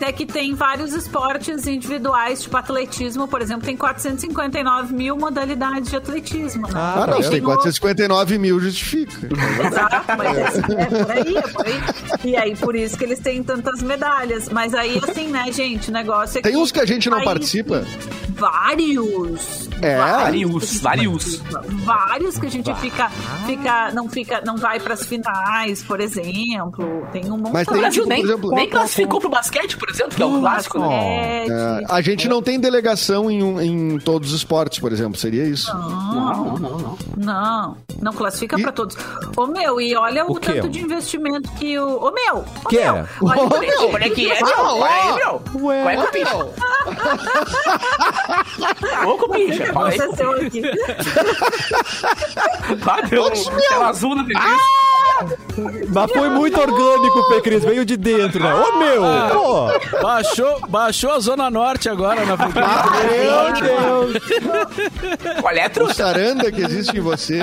Speaker 5: é que tem vários esportes individuais, tipo atletismo, por exemplo, tem 459 mil modalidades de atletismo. né?
Speaker 1: Ah,
Speaker 3: Ah, não,
Speaker 1: tá
Speaker 3: se tem
Speaker 1: vendo?
Speaker 3: 459 mil, justifica.
Speaker 5: Exato, mas assim, é por aí, é por aí. E aí, por isso que eles têm tantas medalhas. Mas aí, assim, né, gente, o negócio é
Speaker 3: Tem
Speaker 5: que
Speaker 3: uns que a gente não
Speaker 5: país-
Speaker 3: participa.
Speaker 5: Vários.
Speaker 3: É.
Speaker 2: Vários, vários.
Speaker 5: Vários que a gente fica, fica, não fica, não vai pras finais, por exemplo. Tem um monte
Speaker 3: Mas
Speaker 2: O
Speaker 3: tem,
Speaker 2: Brasil
Speaker 3: tipo,
Speaker 2: Tá nem,
Speaker 3: por exemplo,
Speaker 2: nem
Speaker 3: com-
Speaker 2: classificou pro basquete, por exemplo, que é o clássico, né?
Speaker 5: basquete.
Speaker 3: É, a gente não tem delegação em, um- em todos os esportes, por exemplo, seria isso?
Speaker 2: Não, não, não.
Speaker 5: Não, não classifica
Speaker 3: E-
Speaker 5: pra todos. Ô meu, e olha o,
Speaker 1: O quê?
Speaker 5: tanto de investimento que o. Ô meu! Ô
Speaker 1: Que
Speaker 5: meu!
Speaker 1: é?
Speaker 5: Olha,
Speaker 3: Ô,
Speaker 5: o tanto
Speaker 3: meu,
Speaker 5: de-
Speaker 2: Qual é que é,
Speaker 3: Ah,
Speaker 2: meu? Qual é,
Speaker 3: ó.
Speaker 2: meu? Qual é, copincha? Ô, copincha, qual é?
Speaker 5: Aconteceu aqui.
Speaker 2: Ah, deu um tela azul
Speaker 7: Ah!
Speaker 2: na TV.
Speaker 1: Mas foi muito orgânico, Fê Cris. Veio de dentro, né? Ô, meu! Pô!
Speaker 6: Baixou, baixou a Zona Norte agora na
Speaker 3: Tá
Speaker 1: Meu Deus!
Speaker 2: Qual é,
Speaker 3: O
Speaker 2: trouxa?
Speaker 3: saranda que existe em você.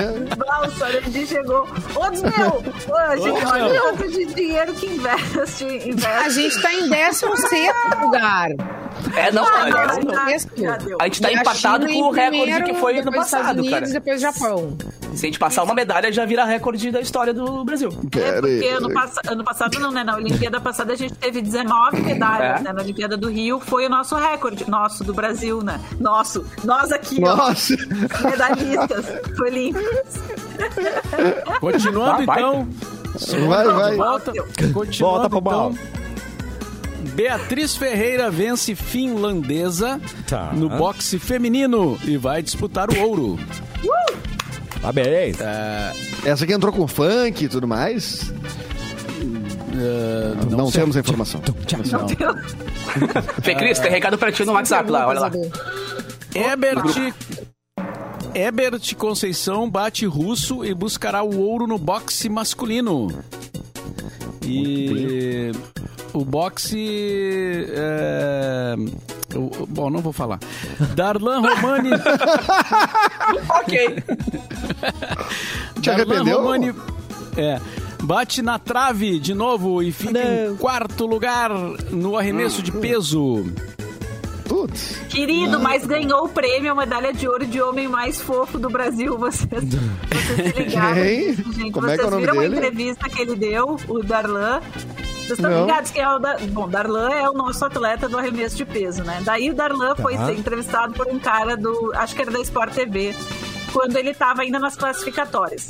Speaker 5: Ah, o Sarandi chegou. Ô meu! Ô, gente,
Speaker 6: Ô,
Speaker 5: olha
Speaker 6: meu.
Speaker 5: o tanto de dinheiro que investe. investe.
Speaker 8: A gente tá em 17 lugar.
Speaker 2: É, não,
Speaker 5: Ah,
Speaker 2: cara,
Speaker 5: não,
Speaker 2: não, não.
Speaker 5: já-
Speaker 7: Mesmo.
Speaker 5: já deu.
Speaker 2: A gente tá
Speaker 7: E a
Speaker 2: empatado
Speaker 7: China
Speaker 2: com o
Speaker 7: em
Speaker 2: recorde
Speaker 7: primeiro,
Speaker 2: que foi ano
Speaker 7: depois Estados
Speaker 2: passado,
Speaker 7: Unidos,
Speaker 2: cara.
Speaker 7: depois Japão.
Speaker 2: Se a gente passar uma medalha, já vira recorde da história do Brasil.
Speaker 5: É, porque
Speaker 3: Cara,
Speaker 5: ano, passa- ano passado não, né? Na Olimpíada passada a gente teve 19 medalhas,
Speaker 2: É.
Speaker 5: né? Na Olimpíada do Rio foi o nosso recorde, nosso, do Brasil, né? Nosso, nós aqui, ó,
Speaker 3: Nossa!
Speaker 5: medalhistas olímpicos.
Speaker 2: Tá,
Speaker 6: Continuando
Speaker 2: vai.
Speaker 6: então.
Speaker 3: Vai, vai.
Speaker 6: Volta,
Speaker 1: Volta
Speaker 6: continuando
Speaker 1: pro
Speaker 6: então.
Speaker 1: mal.
Speaker 6: Beatriz Ferreira vence finlandesa
Speaker 1: Tá.
Speaker 6: no boxe feminino e vai disputar o ouro.
Speaker 1: Tá bem.
Speaker 3: Essa aqui entrou com funk e tudo mais?
Speaker 6: Ah,
Speaker 1: É,
Speaker 3: Não,
Speaker 6: sei.
Speaker 3: temos a informação.
Speaker 5: Meu Deus.
Speaker 2: Fê Cris, tem recado pra ti no WhatsApp lá, olha lá.
Speaker 6: Ebert, Ebert Conceição bate russo e buscará o ouro no boxe masculino. E o boxe. é, o- bom, não vou falar. Darlan Romani.
Speaker 2: Ok.
Speaker 3: Te arrependeu?
Speaker 6: Romani é, bate na trave de novo e fica em quarto lugar no arremesso de peso.
Speaker 3: Putz.
Speaker 5: Querido, mas ganhou o prêmio, a medalha de ouro de homem mais fofo do Brasil. Vocês, vocês se ligaram
Speaker 3: Quem?
Speaker 5: disso, gente.
Speaker 3: Como é
Speaker 5: vocês
Speaker 3: que é o nome
Speaker 5: viram a
Speaker 3: dele?
Speaker 5: entrevista que ele deu, o Darlan? Vocês estão
Speaker 3: Não.
Speaker 5: ligados que é o da... Bom, Darlan é o nosso atleta do arremesso de peso, né? Daí o Darlan foi
Speaker 3: Tá.
Speaker 5: ser entrevistado por um cara do. Acho que era da Sport TV, quando ele tava ainda nas classificatórias.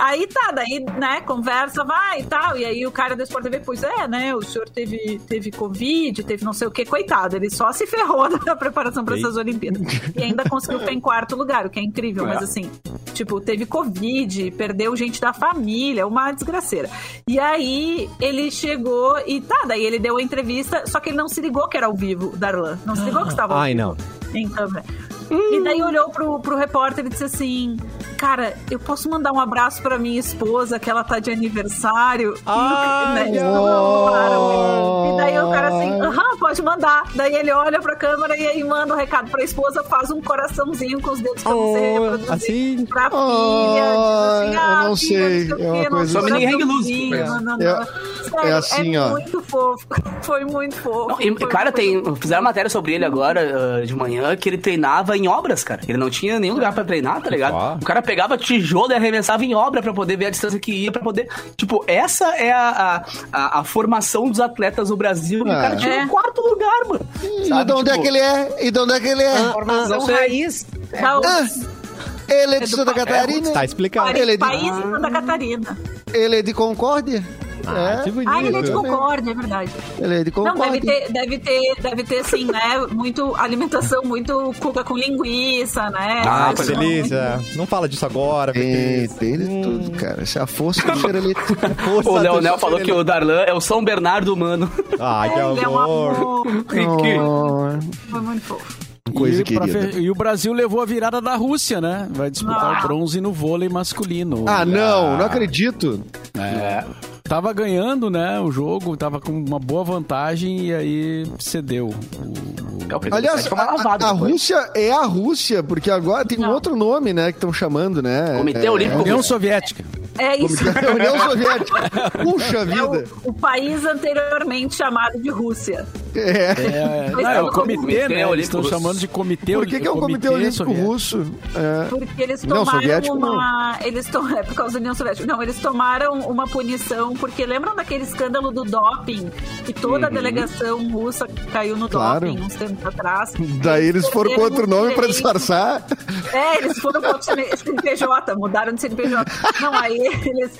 Speaker 5: Aí tá, daí, né, conversa, vai e tal. E aí o cara da Sport TV, pois é, né? O senhor teve, teve Covid, teve não sei o que, coitado. Ele só se ferrou na preparação para essas Olimpíadas. E ainda conseguiu ficar em quarto lugar, o que é incrível, mas
Speaker 2: É.
Speaker 5: assim, tipo, teve Covid, perdeu gente da família, uma desgraceira. E aí ele chegou e tá, daí ele deu a entrevista, só que ele não se ligou que era ao vivo, o Darlan. Não se ligou que estava ao
Speaker 1: Ai,
Speaker 5: vivo
Speaker 1: não.
Speaker 5: em câmera. Então, é.
Speaker 3: Hum.
Speaker 5: E daí olhou pro, pro repórter e disse assim: Cara, eu posso mandar um abraço pra minha esposa, que ela tá de aniversário.
Speaker 1: Ai,
Speaker 5: e, né, não, não falaram. E daí o cara assim, aham, pode mandar. Daí ele olha pra câmera e aí manda o recado pra esposa, faz um coraçãozinho com os dedos pra você
Speaker 1: Oh,
Speaker 5: reproduzir
Speaker 1: assim?
Speaker 5: pra filha.
Speaker 3: Oh,
Speaker 5: diz assim,
Speaker 3: eu
Speaker 5: ah,
Speaker 3: não
Speaker 5: filha,
Speaker 3: sei,
Speaker 5: sei o
Speaker 3: é uma
Speaker 5: quê, não
Speaker 3: coisa
Speaker 2: assim.
Speaker 5: sei o
Speaker 2: Só me
Speaker 5: seu
Speaker 2: luz,
Speaker 5: filho,
Speaker 2: mas-
Speaker 5: não, não,
Speaker 3: É-
Speaker 5: não. Sério,
Speaker 3: é assim, ó.
Speaker 5: muito fofo. Foi muito fofo.
Speaker 2: Não, e,
Speaker 5: Foi
Speaker 2: cara,
Speaker 5: muito
Speaker 2: tem, fizeram matéria sobre ele agora ah, de manhã que ele treinava em obras, cara. Ele não tinha nenhum lugar pra treinar, tá ligado?
Speaker 1: Ó.
Speaker 2: O cara pegava tijolo e arremessava em obra pra poder ver a distância que ia, pra poder. Tipo, essa é a, a, a- a formação dos atletas no Brasil. E o cara
Speaker 3: É.
Speaker 2: tinha um quarto lugar, mano. tipo,
Speaker 3: e de onde
Speaker 1: tipo
Speaker 3: é que ele é? E de onde é que ele é?
Speaker 7: Formação
Speaker 2: não sei.
Speaker 7: raiz.
Speaker 5: Tá, o-
Speaker 3: Ah, ele é de
Speaker 5: É do
Speaker 3: Santa
Speaker 5: pa- é,
Speaker 3: Catarina?
Speaker 1: Tá explicado.
Speaker 3: Ele é de-
Speaker 5: País em Santa Catarina.
Speaker 3: Ele é de Concórdia?
Speaker 1: Ah, que bonito.
Speaker 5: Ah, ele é de
Speaker 3: Também.
Speaker 5: Concórdia, é verdade.
Speaker 3: Ele é de
Speaker 5: Não,
Speaker 3: Concórdia.
Speaker 5: deve ter, deve ter, deve ter, assim, né? Muito alimentação, muito cuca com linguiça, né?
Speaker 1: Ah, que
Speaker 5: Essas
Speaker 1: delícia. Não fala disso agora.
Speaker 3: Tem,
Speaker 1: Beatriz.
Speaker 3: tem de tudo, cara. Essa é a força do Xerelito.
Speaker 1: Força
Speaker 2: O
Speaker 1: do
Speaker 2: Leonel falou que
Speaker 3: né?
Speaker 1: Xerelê.
Speaker 2: o Darlan é o São Bernardo, mano. é
Speaker 1: Ai, que
Speaker 5: coisas. Ele é um
Speaker 1: horror.
Speaker 5: amor.
Speaker 3: Oh,
Speaker 5: Foi muito fofo.
Speaker 3: coisa
Speaker 6: e, pra
Speaker 3: querida.
Speaker 6: fe- e o Brasil levou a virada da Rússia, né? Vai disputar
Speaker 5: Ah.
Speaker 6: o bronze no vôlei masculino.
Speaker 3: Ah, não, não acredito.
Speaker 6: É. Tava ganhando, né, o jogo, tava com uma boa vantagem e aí cedeu. O- o-
Speaker 2: É, o Pedro
Speaker 3: Aliás,
Speaker 2: Sete
Speaker 3: a,
Speaker 2: foi uma lavada,
Speaker 3: a- a
Speaker 2: foi.
Speaker 3: Rússia é a Rússia, porque agora tem um
Speaker 5: Não.
Speaker 3: outro nome, né, que estão chamando, né?
Speaker 2: Comitê
Speaker 3: É,
Speaker 2: Olímpico
Speaker 6: União Soviética.
Speaker 5: É isso.
Speaker 3: é a União Soviética. Puxa
Speaker 5: É
Speaker 3: vida.
Speaker 5: o, o país anteriormente chamado de Rússia.
Speaker 3: É.
Speaker 6: É,
Speaker 5: Mas
Speaker 6: não, é
Speaker 5: é
Speaker 6: o
Speaker 5: um
Speaker 6: comitê,
Speaker 2: comitê
Speaker 6: né? Eles
Speaker 2: olímpico
Speaker 6: estão
Speaker 2: russo.
Speaker 6: chamando de comitê
Speaker 3: Por que, que é o Comitê Olímpico
Speaker 6: Soviético.
Speaker 3: Russo? É.
Speaker 5: Porque eles
Speaker 3: Não,
Speaker 5: tomaram
Speaker 3: soviético não.
Speaker 5: uma. Eles to... É por causa da União Soviética. Não, eles tomaram uma punição, porque lembram daquele escândalo do doping? Que toda a delegação russa caiu no
Speaker 3: Uhum. Claro.
Speaker 5: doping uns tempos atrás.
Speaker 3: Daí eles foram com outro nome pra
Speaker 5: perderam o direito-
Speaker 3: disfarçar.
Speaker 5: É, eles foram para o CNPJ, mudaram de CNPJ. Não, aí eles,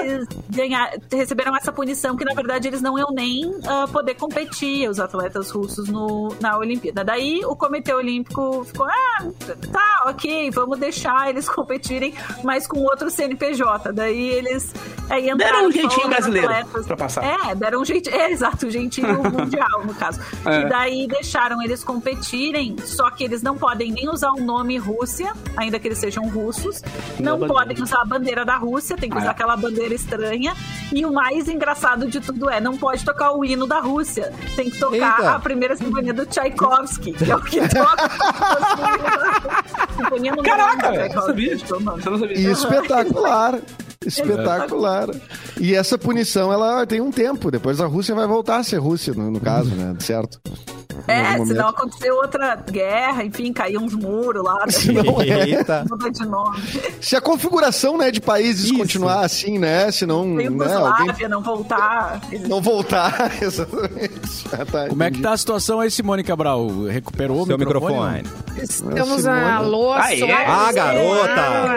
Speaker 5: eles ganha- receberam essa punição que, na verdade, eles não iam nem ah, poder competir, os atletas russos, no, na Olimpíada. Daí o Comitê Olímpico ficou, ah, tá, ok, vamos deixar eles competirem, mas com outro CNPJ. Daí eles aí
Speaker 2: Deram
Speaker 5: entraram
Speaker 2: um
Speaker 5: só
Speaker 2: jeitinho
Speaker 5: os
Speaker 2: brasileiro
Speaker 5: atletas.
Speaker 2: pra passar.
Speaker 5: É, deram um jeitinho, é, exato, um jeitinho mundial, no caso.
Speaker 2: É.
Speaker 5: E daí deixaram eles competirem, só que eles não podem nem usar o nome Rússia, ainda que eles sejam russos.
Speaker 2: Não é
Speaker 5: Não
Speaker 2: bandeira.
Speaker 5: podem usar a bandeira da Rússia, tem que
Speaker 2: Ah, é.
Speaker 5: usar aquela bandeira estranha. E o mais engraçado de tudo é, não pode tocar o hino da Rússia. Tem que tocar
Speaker 1: Eita.
Speaker 5: a primeira sinfonia do Tchaikovsky, que é o que toca. sinfonia número
Speaker 2: Caraca,
Speaker 5: um do
Speaker 2: velho, eu
Speaker 5: Tchaikovsky,
Speaker 2: sabia.
Speaker 5: acho que é o nome.
Speaker 2: Você não sabia.
Speaker 3: E espetacular. Espetacular. E essa punição, ela tem um tempo. Depois a Rússia vai voltar a ser Rússia, no, no caso, né? Certo? algum
Speaker 5: É,
Speaker 3: momento.
Speaker 5: senão aconteceu outra guerra, enfim, caiu uns muros lá,
Speaker 3: Não é.
Speaker 1: Eita.
Speaker 5: muda de nome.
Speaker 3: Se a configuração né, de países
Speaker 1: Isso.
Speaker 3: continuar assim, né? Se não,
Speaker 5: Tem
Speaker 3: né,
Speaker 5: Yugoslávia,
Speaker 3: alguém
Speaker 5: não voltar.
Speaker 3: não voltar. Exatamente. Ah, tá,
Speaker 6: Como é que
Speaker 3: entendi.
Speaker 6: tá a situação aí, Simone Cabral? Recuperou
Speaker 1: Seu
Speaker 6: o microfone?
Speaker 1: microfone.
Speaker 7: Estamos
Speaker 3: Simone.
Speaker 7: a louça.
Speaker 2: Aê.
Speaker 1: Ah, garota.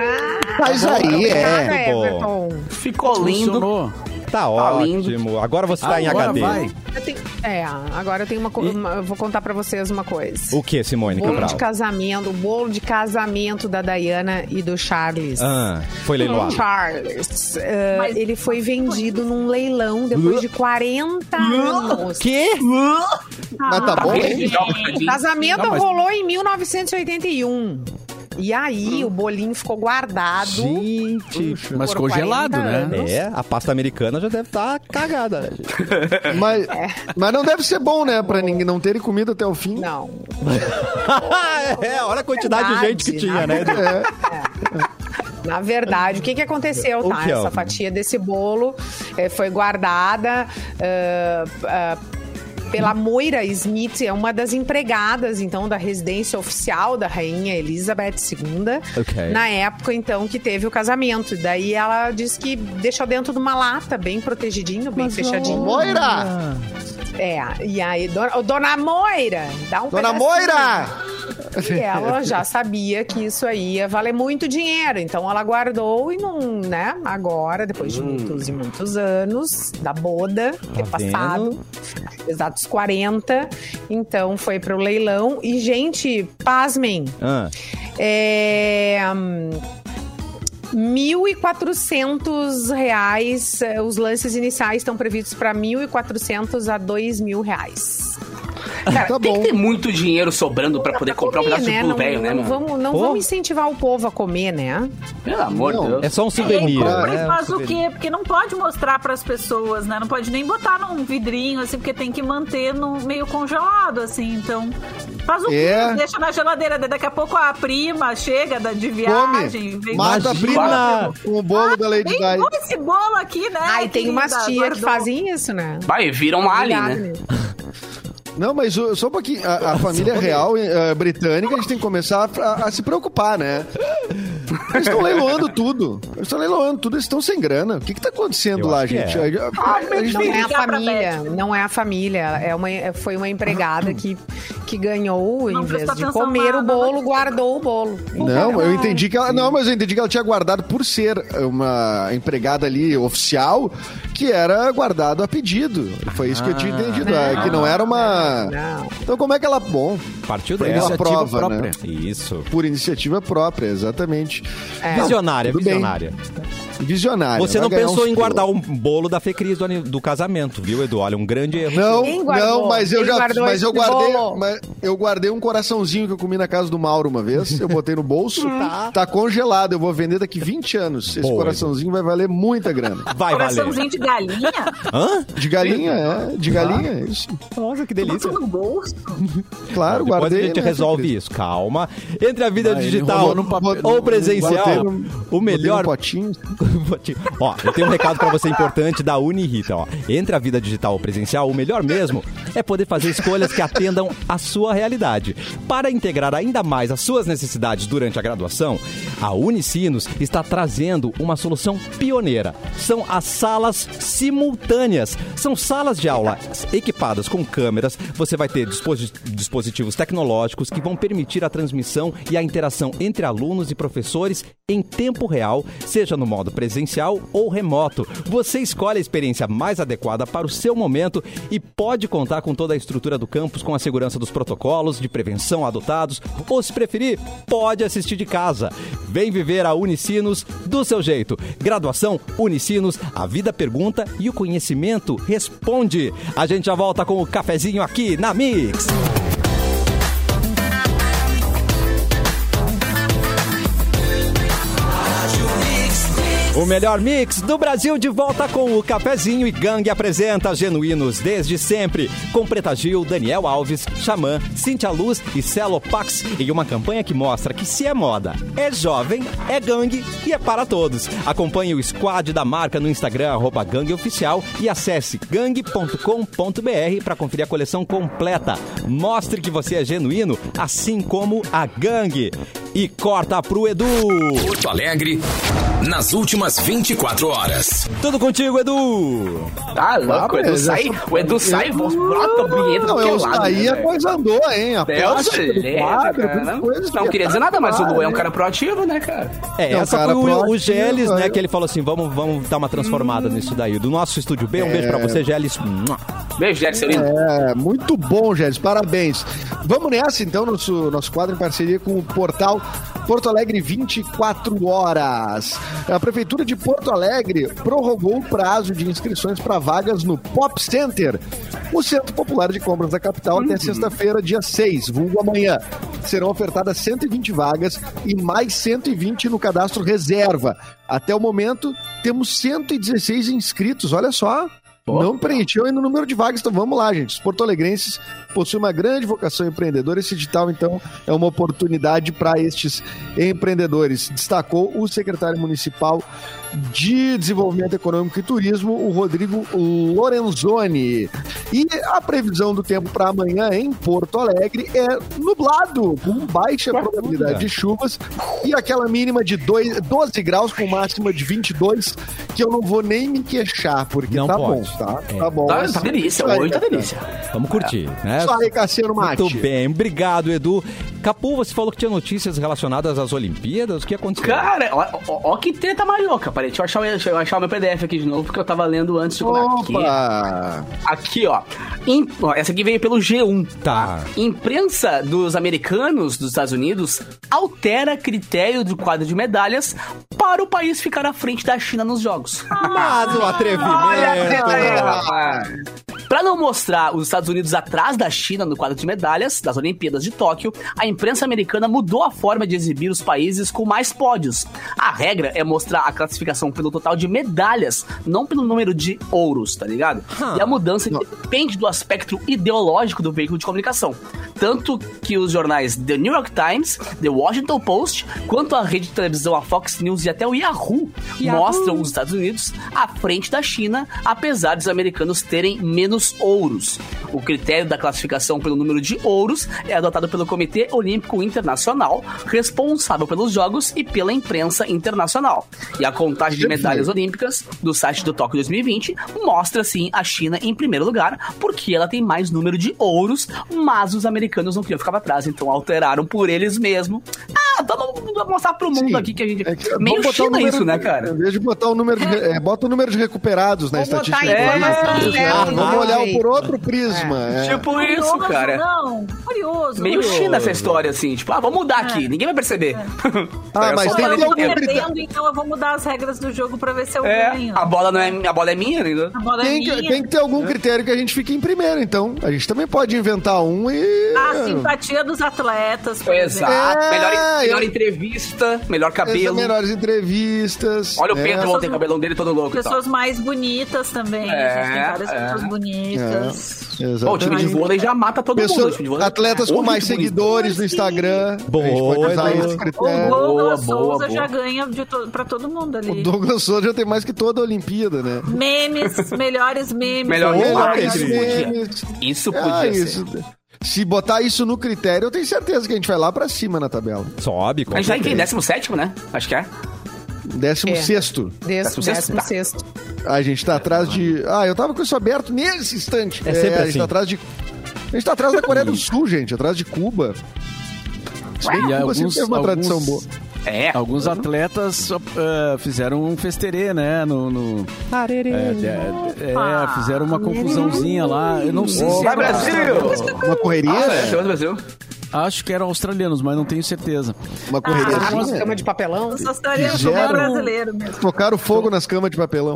Speaker 3: Mas aí,
Speaker 7: tá?
Speaker 3: é.
Speaker 1: é.
Speaker 7: Ah, Everton.
Speaker 2: Ficou lindo.
Speaker 6: Funcionou.
Speaker 1: Tá
Speaker 2: lindo.
Speaker 1: ótimo. Agora você tá em
Speaker 6: Agora
Speaker 1: HD.
Speaker 6: vai.
Speaker 7: Eu tenho- é, agora eu tenho uma, co- uma- eu vou contar pra vocês uma coisa.
Speaker 1: O que, Simone
Speaker 7: bolo de
Speaker 1: Cabral?
Speaker 7: casamento, o bolo de casamento da Dayana e do Charles.
Speaker 1: Ah, foi leiloado.
Speaker 7: Charles, eh,
Speaker 5: Mas-
Speaker 7: ele foi vendido num leilão depois de 40 anos.
Speaker 1: Ah, Que?
Speaker 3: Mas tá bom, hein?
Speaker 7: O casamento
Speaker 6: Não, mas-
Speaker 7: rolou em 1981. E aí, o bolinho ficou guardado.
Speaker 1: Gente.
Speaker 6: Mas
Speaker 7: Foram
Speaker 6: congelado,
Speaker 7: 40
Speaker 6: né?
Speaker 1: É, a pasta americana já deve estar cagada. né, gente?
Speaker 3: Mas, mas não deve ser bom, né? Pra ninguém não terem comido até o fim.
Speaker 7: Não.
Speaker 1: é, olha a quantidade de gente que tinha, né?
Speaker 3: É,
Speaker 7: Verdade, Na verdade, o que, que aconteceu,
Speaker 1: O
Speaker 7: tá?
Speaker 1: que,
Speaker 7: Essa
Speaker 1: Alvin?
Speaker 7: fatia desse bolo eh, foi guardada. ah, ah, pela Moira Smith, é uma das empregadas, então, da residência oficial da rainha Elizabeth II.
Speaker 1: Ok.
Speaker 7: Na época, então, que teve o casamento. Daí ela disse que deixou dentro de uma lata, bem protegidinho, bem fechadinho.
Speaker 3: Moira!
Speaker 7: É, e aí, dona, ô, dona Moira, dá um
Speaker 3: Dona
Speaker 7: pedacinho.
Speaker 3: Moira!
Speaker 7: E ela já sabia que isso aí ia valer muito dinheiro. Então ela guardou e não, né? Agora, depois
Speaker 3: Hum.
Speaker 7: de muitos e muitos anos, da boda,
Speaker 3: Tá
Speaker 7: ter passado, exatos 40. Então foi pro leilão. E, gente, pasmem.
Speaker 1: Ah,
Speaker 7: É. hum, 1.400 reais, eh, os lances iniciais estão previstos para 1.400 a 2.000 reais. Cara,
Speaker 3: Tá
Speaker 2: Tem
Speaker 3: bom.
Speaker 2: que ter muito dinheiro sobrando pra poder comprar um pedaço de bolo
Speaker 7: não,
Speaker 2: velho, né,
Speaker 7: não,
Speaker 2: mano?
Speaker 7: vamos, não
Speaker 1: Pô.
Speaker 7: vamos incentivar o povo a comer, né?
Speaker 2: Pelo amor de
Speaker 3: Não,
Speaker 2: Deus.
Speaker 1: é só um
Speaker 5: E aí,
Speaker 1: souvenir,
Speaker 5: compra e
Speaker 1: né?
Speaker 5: faz
Speaker 1: Um
Speaker 5: o
Speaker 1: souvenir.
Speaker 5: quê? Porque não pode mostrar pras pessoas, né? Não pode nem botar num vidrinho, assim, porque tem que manter no meio congelado, assim. Então, faz o
Speaker 3: É.
Speaker 5: quê? Deixa na geladeira. daí Daqui a pouco a prima chega da- de viagem.
Speaker 3: Come!
Speaker 5: vem-
Speaker 3: Mata a
Speaker 5: Imagina.
Speaker 3: prima com o bolo da Lady
Speaker 5: Bem
Speaker 3: Di.
Speaker 5: bom esse bolo aqui, né?
Speaker 7: Aí tem umas
Speaker 5: querida?
Speaker 7: tia que
Speaker 5: Guardou.
Speaker 7: fazem isso, né?
Speaker 2: Vai, vira um alien,
Speaker 7: Obrigada,
Speaker 2: né?
Speaker 3: Não, mas o- só um pouquinho. A, a família real eh, britânica, a gente tem que começar a, a se preocupar, né? Eles estão leiloando tudo. Eles estão leiloando tudo, eles estão sem grana. O que que tá acontecendo
Speaker 1: Eu
Speaker 3: lá,
Speaker 1: acho que
Speaker 3: gente?
Speaker 1: é.
Speaker 3: A- a- a gente
Speaker 7: Não
Speaker 3: tem-
Speaker 7: é a
Speaker 5: Ligar pra
Speaker 7: família, não é a família. É uma, é- foi uma empregada que, que ganhou,
Speaker 5: Não
Speaker 7: em vez
Speaker 5: prestou
Speaker 7: de
Speaker 5: atenção
Speaker 7: comer
Speaker 5: na-
Speaker 7: o
Speaker 5: na
Speaker 7: bolo,
Speaker 5: notícia.
Speaker 7: guardou o bolo.
Speaker 3: Não, eu entendi que ela. Não, mas eu entendi que ela tinha guardado por ser uma empregada ali oficial que era guardado a pedido. Foi isso que eu
Speaker 1: Ah.
Speaker 3: tinha entendido. é, que não era uma.
Speaker 7: não.
Speaker 3: Então como é que ela. Bom,
Speaker 1: Partiu
Speaker 3: Foi
Speaker 1: dela.
Speaker 3: iniciativa prova,
Speaker 1: própria.
Speaker 3: né?
Speaker 1: Isso.
Speaker 3: por iniciativa própria, exatamente.
Speaker 7: É.
Speaker 3: Não,
Speaker 1: Visionária,
Speaker 3: tudo bem.
Speaker 1: visionária.
Speaker 3: Visionária.
Speaker 1: Você
Speaker 3: vai
Speaker 1: não
Speaker 3: ganhar
Speaker 1: pensou
Speaker 3: uns
Speaker 1: em
Speaker 3: quilos.
Speaker 1: guardar um bolo da Fecris do, ani- do casamento, viu, Edu? Olha, um grande erro.
Speaker 7: Quem
Speaker 3: Não,
Speaker 7: guardou?
Speaker 3: não, mas eu
Speaker 7: Quem
Speaker 3: já,
Speaker 7: guardou
Speaker 3: mas
Speaker 7: esse
Speaker 3: eu guardei,
Speaker 7: bolo?
Speaker 3: mas eu guardei um coraçãozinho que eu comi na casa do Mauro uma vez, eu botei no bolso,
Speaker 7: Uhum.
Speaker 3: tá. congelado, eu vou vender daqui 20 anos. Esse
Speaker 1: Boa,
Speaker 3: coraçãozinho vai valer muita grana.
Speaker 1: Vai,
Speaker 5: Coraçãozinho
Speaker 1: valeu.
Speaker 5: de galinha?
Speaker 1: Hã?
Speaker 3: De galinha, é, de galinha,
Speaker 1: Tá.
Speaker 3: isso.
Speaker 1: Nossa, que
Speaker 5: Bota
Speaker 1: delícia.
Speaker 5: no bolso.
Speaker 3: Claro,
Speaker 1: Depois
Speaker 3: guardei.
Speaker 1: a gente
Speaker 3: né,
Speaker 1: resolve isso, calma. Entre a vida
Speaker 6: Ah, ele
Speaker 1: digital
Speaker 6: enrolou num papel-
Speaker 1: ou
Speaker 6: num-
Speaker 3: Botei
Speaker 1: presencial,
Speaker 3: num- botei
Speaker 1: é o
Speaker 3: num
Speaker 1: melhor
Speaker 3: potinho.
Speaker 1: Botinho. Ó, eu tenho um recado pra você importante da Unirita, ó. Entre a vida digital ou presencial, o melhor mesmo é poder fazer escolhas que atendam à sua realidade. Para integrar ainda mais as suas necessidades durante a graduação, a Unicinos está trazendo uma solução pioneira. São as salas simultâneas. São salas de aula equipadas com câmeras. Você vai ter disposi- dispositivos tecnológicos que vão permitir a transmissão e a interação entre alunos e professores em tempo real, seja no modo presencial ou remoto. Você escolhe a experiência mais adequada para o seu momento e pode contar com toda a estrutura do campus com a segurança dos protocolos de prevenção adotados, ou se preferir, pode assistir de casa. Vem viver a Unicinos do seu jeito. Graduação Unicinos, a vida pergunta e o conhecimento responde. A gente já volta com o cafezinho aqui na Mix. O melhor mix do Brasil de volta com o Cafezinho e Gangue apresenta Genuínos desde sempre, com Preta Gil, Daniel Alves, Xamã, Cintia Luz e Celo Pax, em uma campanha que mostra que se é moda, é jovem, é gangue e é para todos. Acompanhe o squad da marca no Instagram, arroba gangue oficial e acesse gangue.com.br para conferir a coleção completa. Mostre que você é genuíno, assim como a gangue. E corta pro Edu!
Speaker 8: Porto Alegre, nas últimas 24 horas.
Speaker 1: Tudo contigo, Edu!
Speaker 2: Tá
Speaker 1: Ah,
Speaker 2: louco, o Edu
Speaker 3: beleza.
Speaker 2: sai, o Edu
Speaker 1: é
Speaker 2: sai, brota o banheiro do
Speaker 3: Não,
Speaker 2: que
Speaker 3: eu
Speaker 2: lado.
Speaker 3: saí, é
Speaker 2: né,
Speaker 3: a
Speaker 2: velho?
Speaker 3: coisa andou, hein? A
Speaker 2: Deus
Speaker 3: plástica do
Speaker 2: beleza,
Speaker 3: quadro,
Speaker 2: cara.
Speaker 3: das
Speaker 2: Não,
Speaker 3: coisas
Speaker 2: não queria dizer nada, mas o
Speaker 3: espetaculares,
Speaker 2: Lu é um cara
Speaker 3: hein?
Speaker 2: proativo, né, cara?
Speaker 1: É,
Speaker 3: É um
Speaker 1: essa
Speaker 3: cara
Speaker 1: foi o- o,
Speaker 3: proativo,
Speaker 1: Geles, né?
Speaker 3: né?
Speaker 1: Que ele falou assim: vamos, vamos dar uma transformada nisso daí. Do nosso estúdio B, um beijo pra você, Geles. Mua.
Speaker 2: Beijo, Jack, seu lindo.
Speaker 3: É, muito bom, Gélis, parabéns. Vamos nessa, então, nosso, nosso quadro em parceria com o portal Porto Alegre 24 Horas. A Prefeitura de Porto Alegre prorrogou o prazo de inscrições para vagas no Pop Center, o Centro Popular de Compras da capital, até sexta-feira, dia 6, vulgo amanhã. Serão ofertadas 120 vagas e mais 120 no cadastro reserva. Até o momento, temos 116 inscritos, olha só. Não preencheu ainda o número de vagas, então vamos lá, gente. Os porto-alegrenses possuem uma grande vocação empreendedora. Esse edital, então, é uma oportunidade para estes empreendedores. Destacou o secretário municipal de Desenvolvimento Econômico e Turismo, o Rodrigo Lorenzoni. E a previsão do tempo para amanhã em Porto Alegre é nublado, com baixa probabilidade de chuvas e aquela mínima de dois- 12 graus com máxima de 22, que eu não vou nem me queixar, porque
Speaker 1: Não
Speaker 3: tá
Speaker 1: pode.
Speaker 3: bom, tá?
Speaker 1: É.
Speaker 3: Tá bom.
Speaker 2: Tá,
Speaker 3: assim.
Speaker 2: tá delícia,
Speaker 3: Isso aí,
Speaker 2: hoje tá
Speaker 3: cara.
Speaker 2: delícia.
Speaker 1: Vamos curtir, né?
Speaker 3: Isso aí, Cassiano Mate.
Speaker 1: Muito bem, obrigado, Edu. Capu, você falou que tinha notícias relacionadas às Olimpíadas. O que aconteceu?
Speaker 2: Cara, ó, ó, ó que treta marioca. Peraí, deixa eu, achar, o- deixa eu achar o meu PDF aqui de novo, porque eu tava lendo antes de começar aqui.
Speaker 3: Opa!
Speaker 2: Aqui, ó. Em- ó, Essa aqui veio pelo G1.
Speaker 1: Tá.
Speaker 2: Imprensa dos americanos, dos Estados Unidos, altera critério do quadro de medalhas para o país ficar à frente da China nos jogos.
Speaker 1: Mas o atrevimento.
Speaker 2: Para não mostrar os Estados Unidos atrás da China no quadro de medalhas das Olimpíadas de Tóquio, a imprensa americana mudou a forma de exibir os países com mais pódios. A regra é mostrar a classificação pelo total de medalhas, não pelo número de ouros, tá ligado? E a mudança depende do aspecto ideológico do veículo de comunicação. Tanto que os jornais The New York Times, The Washington Post, quanto a rede de televisão, a Fox News e até o Yahoo, mostram os Estados Unidos à frente da China, apesar dos americanos terem menos ouros. O critério da classificação pelo número de ouros é adotado pelo Comitê Olímpico Internacional, responsável pelos Jogos e pela imprensa internacional. E a contagem de medalhas olímpicas do site do Tóquio 2020 mostra sim a China em primeiro lugar, porque ela tem mais número de ouros, mas os americanos não queriam ficar pra trás, então alteraram por eles mesmo. Ah, vamos vamos mostrar pro mundo
Speaker 3: Sim.
Speaker 2: aqui que a gente.
Speaker 3: É que-
Speaker 2: Meio
Speaker 3: vamos botar o
Speaker 2: China
Speaker 3: número-
Speaker 2: isso, né, cara?
Speaker 3: Em vez de botar o número, de, é, bota o número de recuperados na
Speaker 7: Vou
Speaker 3: estatística.
Speaker 7: botar informação
Speaker 3: É,
Speaker 7: certa,
Speaker 3: Vamos olhar
Speaker 7: gente.
Speaker 3: por outro prisma. é.
Speaker 2: Tipo isso,
Speaker 5: Curioso,
Speaker 2: cara.
Speaker 5: Não, curioso.
Speaker 2: Meio
Speaker 5: curioso.
Speaker 2: China essa história, assim. Tipo, ah, vamos mudar aqui, ninguém vai perceber.
Speaker 3: Ah, mas
Speaker 5: Pô,
Speaker 3: tem
Speaker 5: eu
Speaker 3: que ter
Speaker 5: tô
Speaker 3: algum critério.
Speaker 5: perdendo, então eu vou mudar as regras do jogo pra ver se eu
Speaker 2: É,
Speaker 5: ganho.
Speaker 2: a bola não é a bola é minha, né?
Speaker 5: A bola é
Speaker 3: Tem que,
Speaker 5: minha.
Speaker 3: tem que ter algum critério que a gente fique em primeiro, então. A gente também pode inventar um e.
Speaker 2: Ah,
Speaker 5: A
Speaker 2: tá.
Speaker 5: simpatia dos atletas, por exemplo.
Speaker 2: Exato.
Speaker 3: É,
Speaker 2: melhor, melhor
Speaker 3: eu- é
Speaker 2: entrevista, melhor
Speaker 3: Essas
Speaker 2: cabelo.
Speaker 3: melhores entrevistas.
Speaker 2: Olha o
Speaker 3: né?
Speaker 2: Pedro ontem, o cabelão dele todo louco e tal.
Speaker 5: Pessoas mais bonitas também. a gente tem
Speaker 2: É,
Speaker 5: várias
Speaker 2: é.
Speaker 5: pessoas bonitas.
Speaker 3: Exatamente.
Speaker 2: Pô, o time de vôlei já mata todo mundo. o
Speaker 3: Pessoas,
Speaker 2: time de vôlei-
Speaker 3: atletas
Speaker 2: Ô,
Speaker 3: com mais
Speaker 2: muito bonito.
Speaker 3: seguidores no Instagram.
Speaker 1: Boa,
Speaker 3: a gente pode usar
Speaker 1: Edu.
Speaker 3: esse
Speaker 5: O
Speaker 3: critério.
Speaker 2: É. boa,
Speaker 5: Douglas Souza
Speaker 2: boa.
Speaker 5: já ganha de to- pra todo mundo ali.
Speaker 3: O Douglas Souza já tem mais que toda a Olimpíada, né?
Speaker 5: Memes, melhores memes.
Speaker 2: Melhor
Speaker 1: Olha,
Speaker 2: Ah,
Speaker 1: Pedro.
Speaker 2: isso podia. Isso podia
Speaker 3: Ah,
Speaker 2: ser.
Speaker 3: isso. Se botar isso no critério, eu tenho certeza que a gente vai lá pra cima na tabela.
Speaker 1: Sobe,
Speaker 2: A
Speaker 1: com
Speaker 2: gente tá em quem?
Speaker 1: certeza.
Speaker 2: 17, né? Acho que é.
Speaker 3: Décimo
Speaker 7: É.
Speaker 3: sexto.
Speaker 7: Décimo,
Speaker 2: Décimo
Speaker 7: décimo sexto.
Speaker 3: A gente tá atrás de. Ah, eu tava com isso aberto nesse instante.
Speaker 1: É sempre
Speaker 3: a gente
Speaker 1: assim.
Speaker 3: tá atrás de. A gente tá atrás da Coreia do Sul, gente, atrás de Cuba. Se bem que Cuba sempre
Speaker 6: E alguns-
Speaker 3: teve uma tradição boa.
Speaker 6: alguns-
Speaker 2: É.
Speaker 6: Alguns atletas ah, fizeram um festerê, né? No, no- é, de- é, fizeram uma confusãozinha lá. Eu não sei se
Speaker 2: Vai,
Speaker 6: era-
Speaker 2: Brasil!
Speaker 3: Uma correria?
Speaker 2: Ah, é,
Speaker 3: né?
Speaker 2: chama do Brasil.
Speaker 6: Acho que eram australianos, mas não tenho certeza.
Speaker 3: Uma correria.
Speaker 7: Ah,
Speaker 3: assim,
Speaker 7: umas
Speaker 3: né?
Speaker 2: é
Speaker 7: camas de papelão.
Speaker 5: Só estaria
Speaker 3: Que
Speaker 5: no
Speaker 3: gera um-
Speaker 5: brasileiro mesmo.
Speaker 3: Tocaram fogo nas camas de papelão.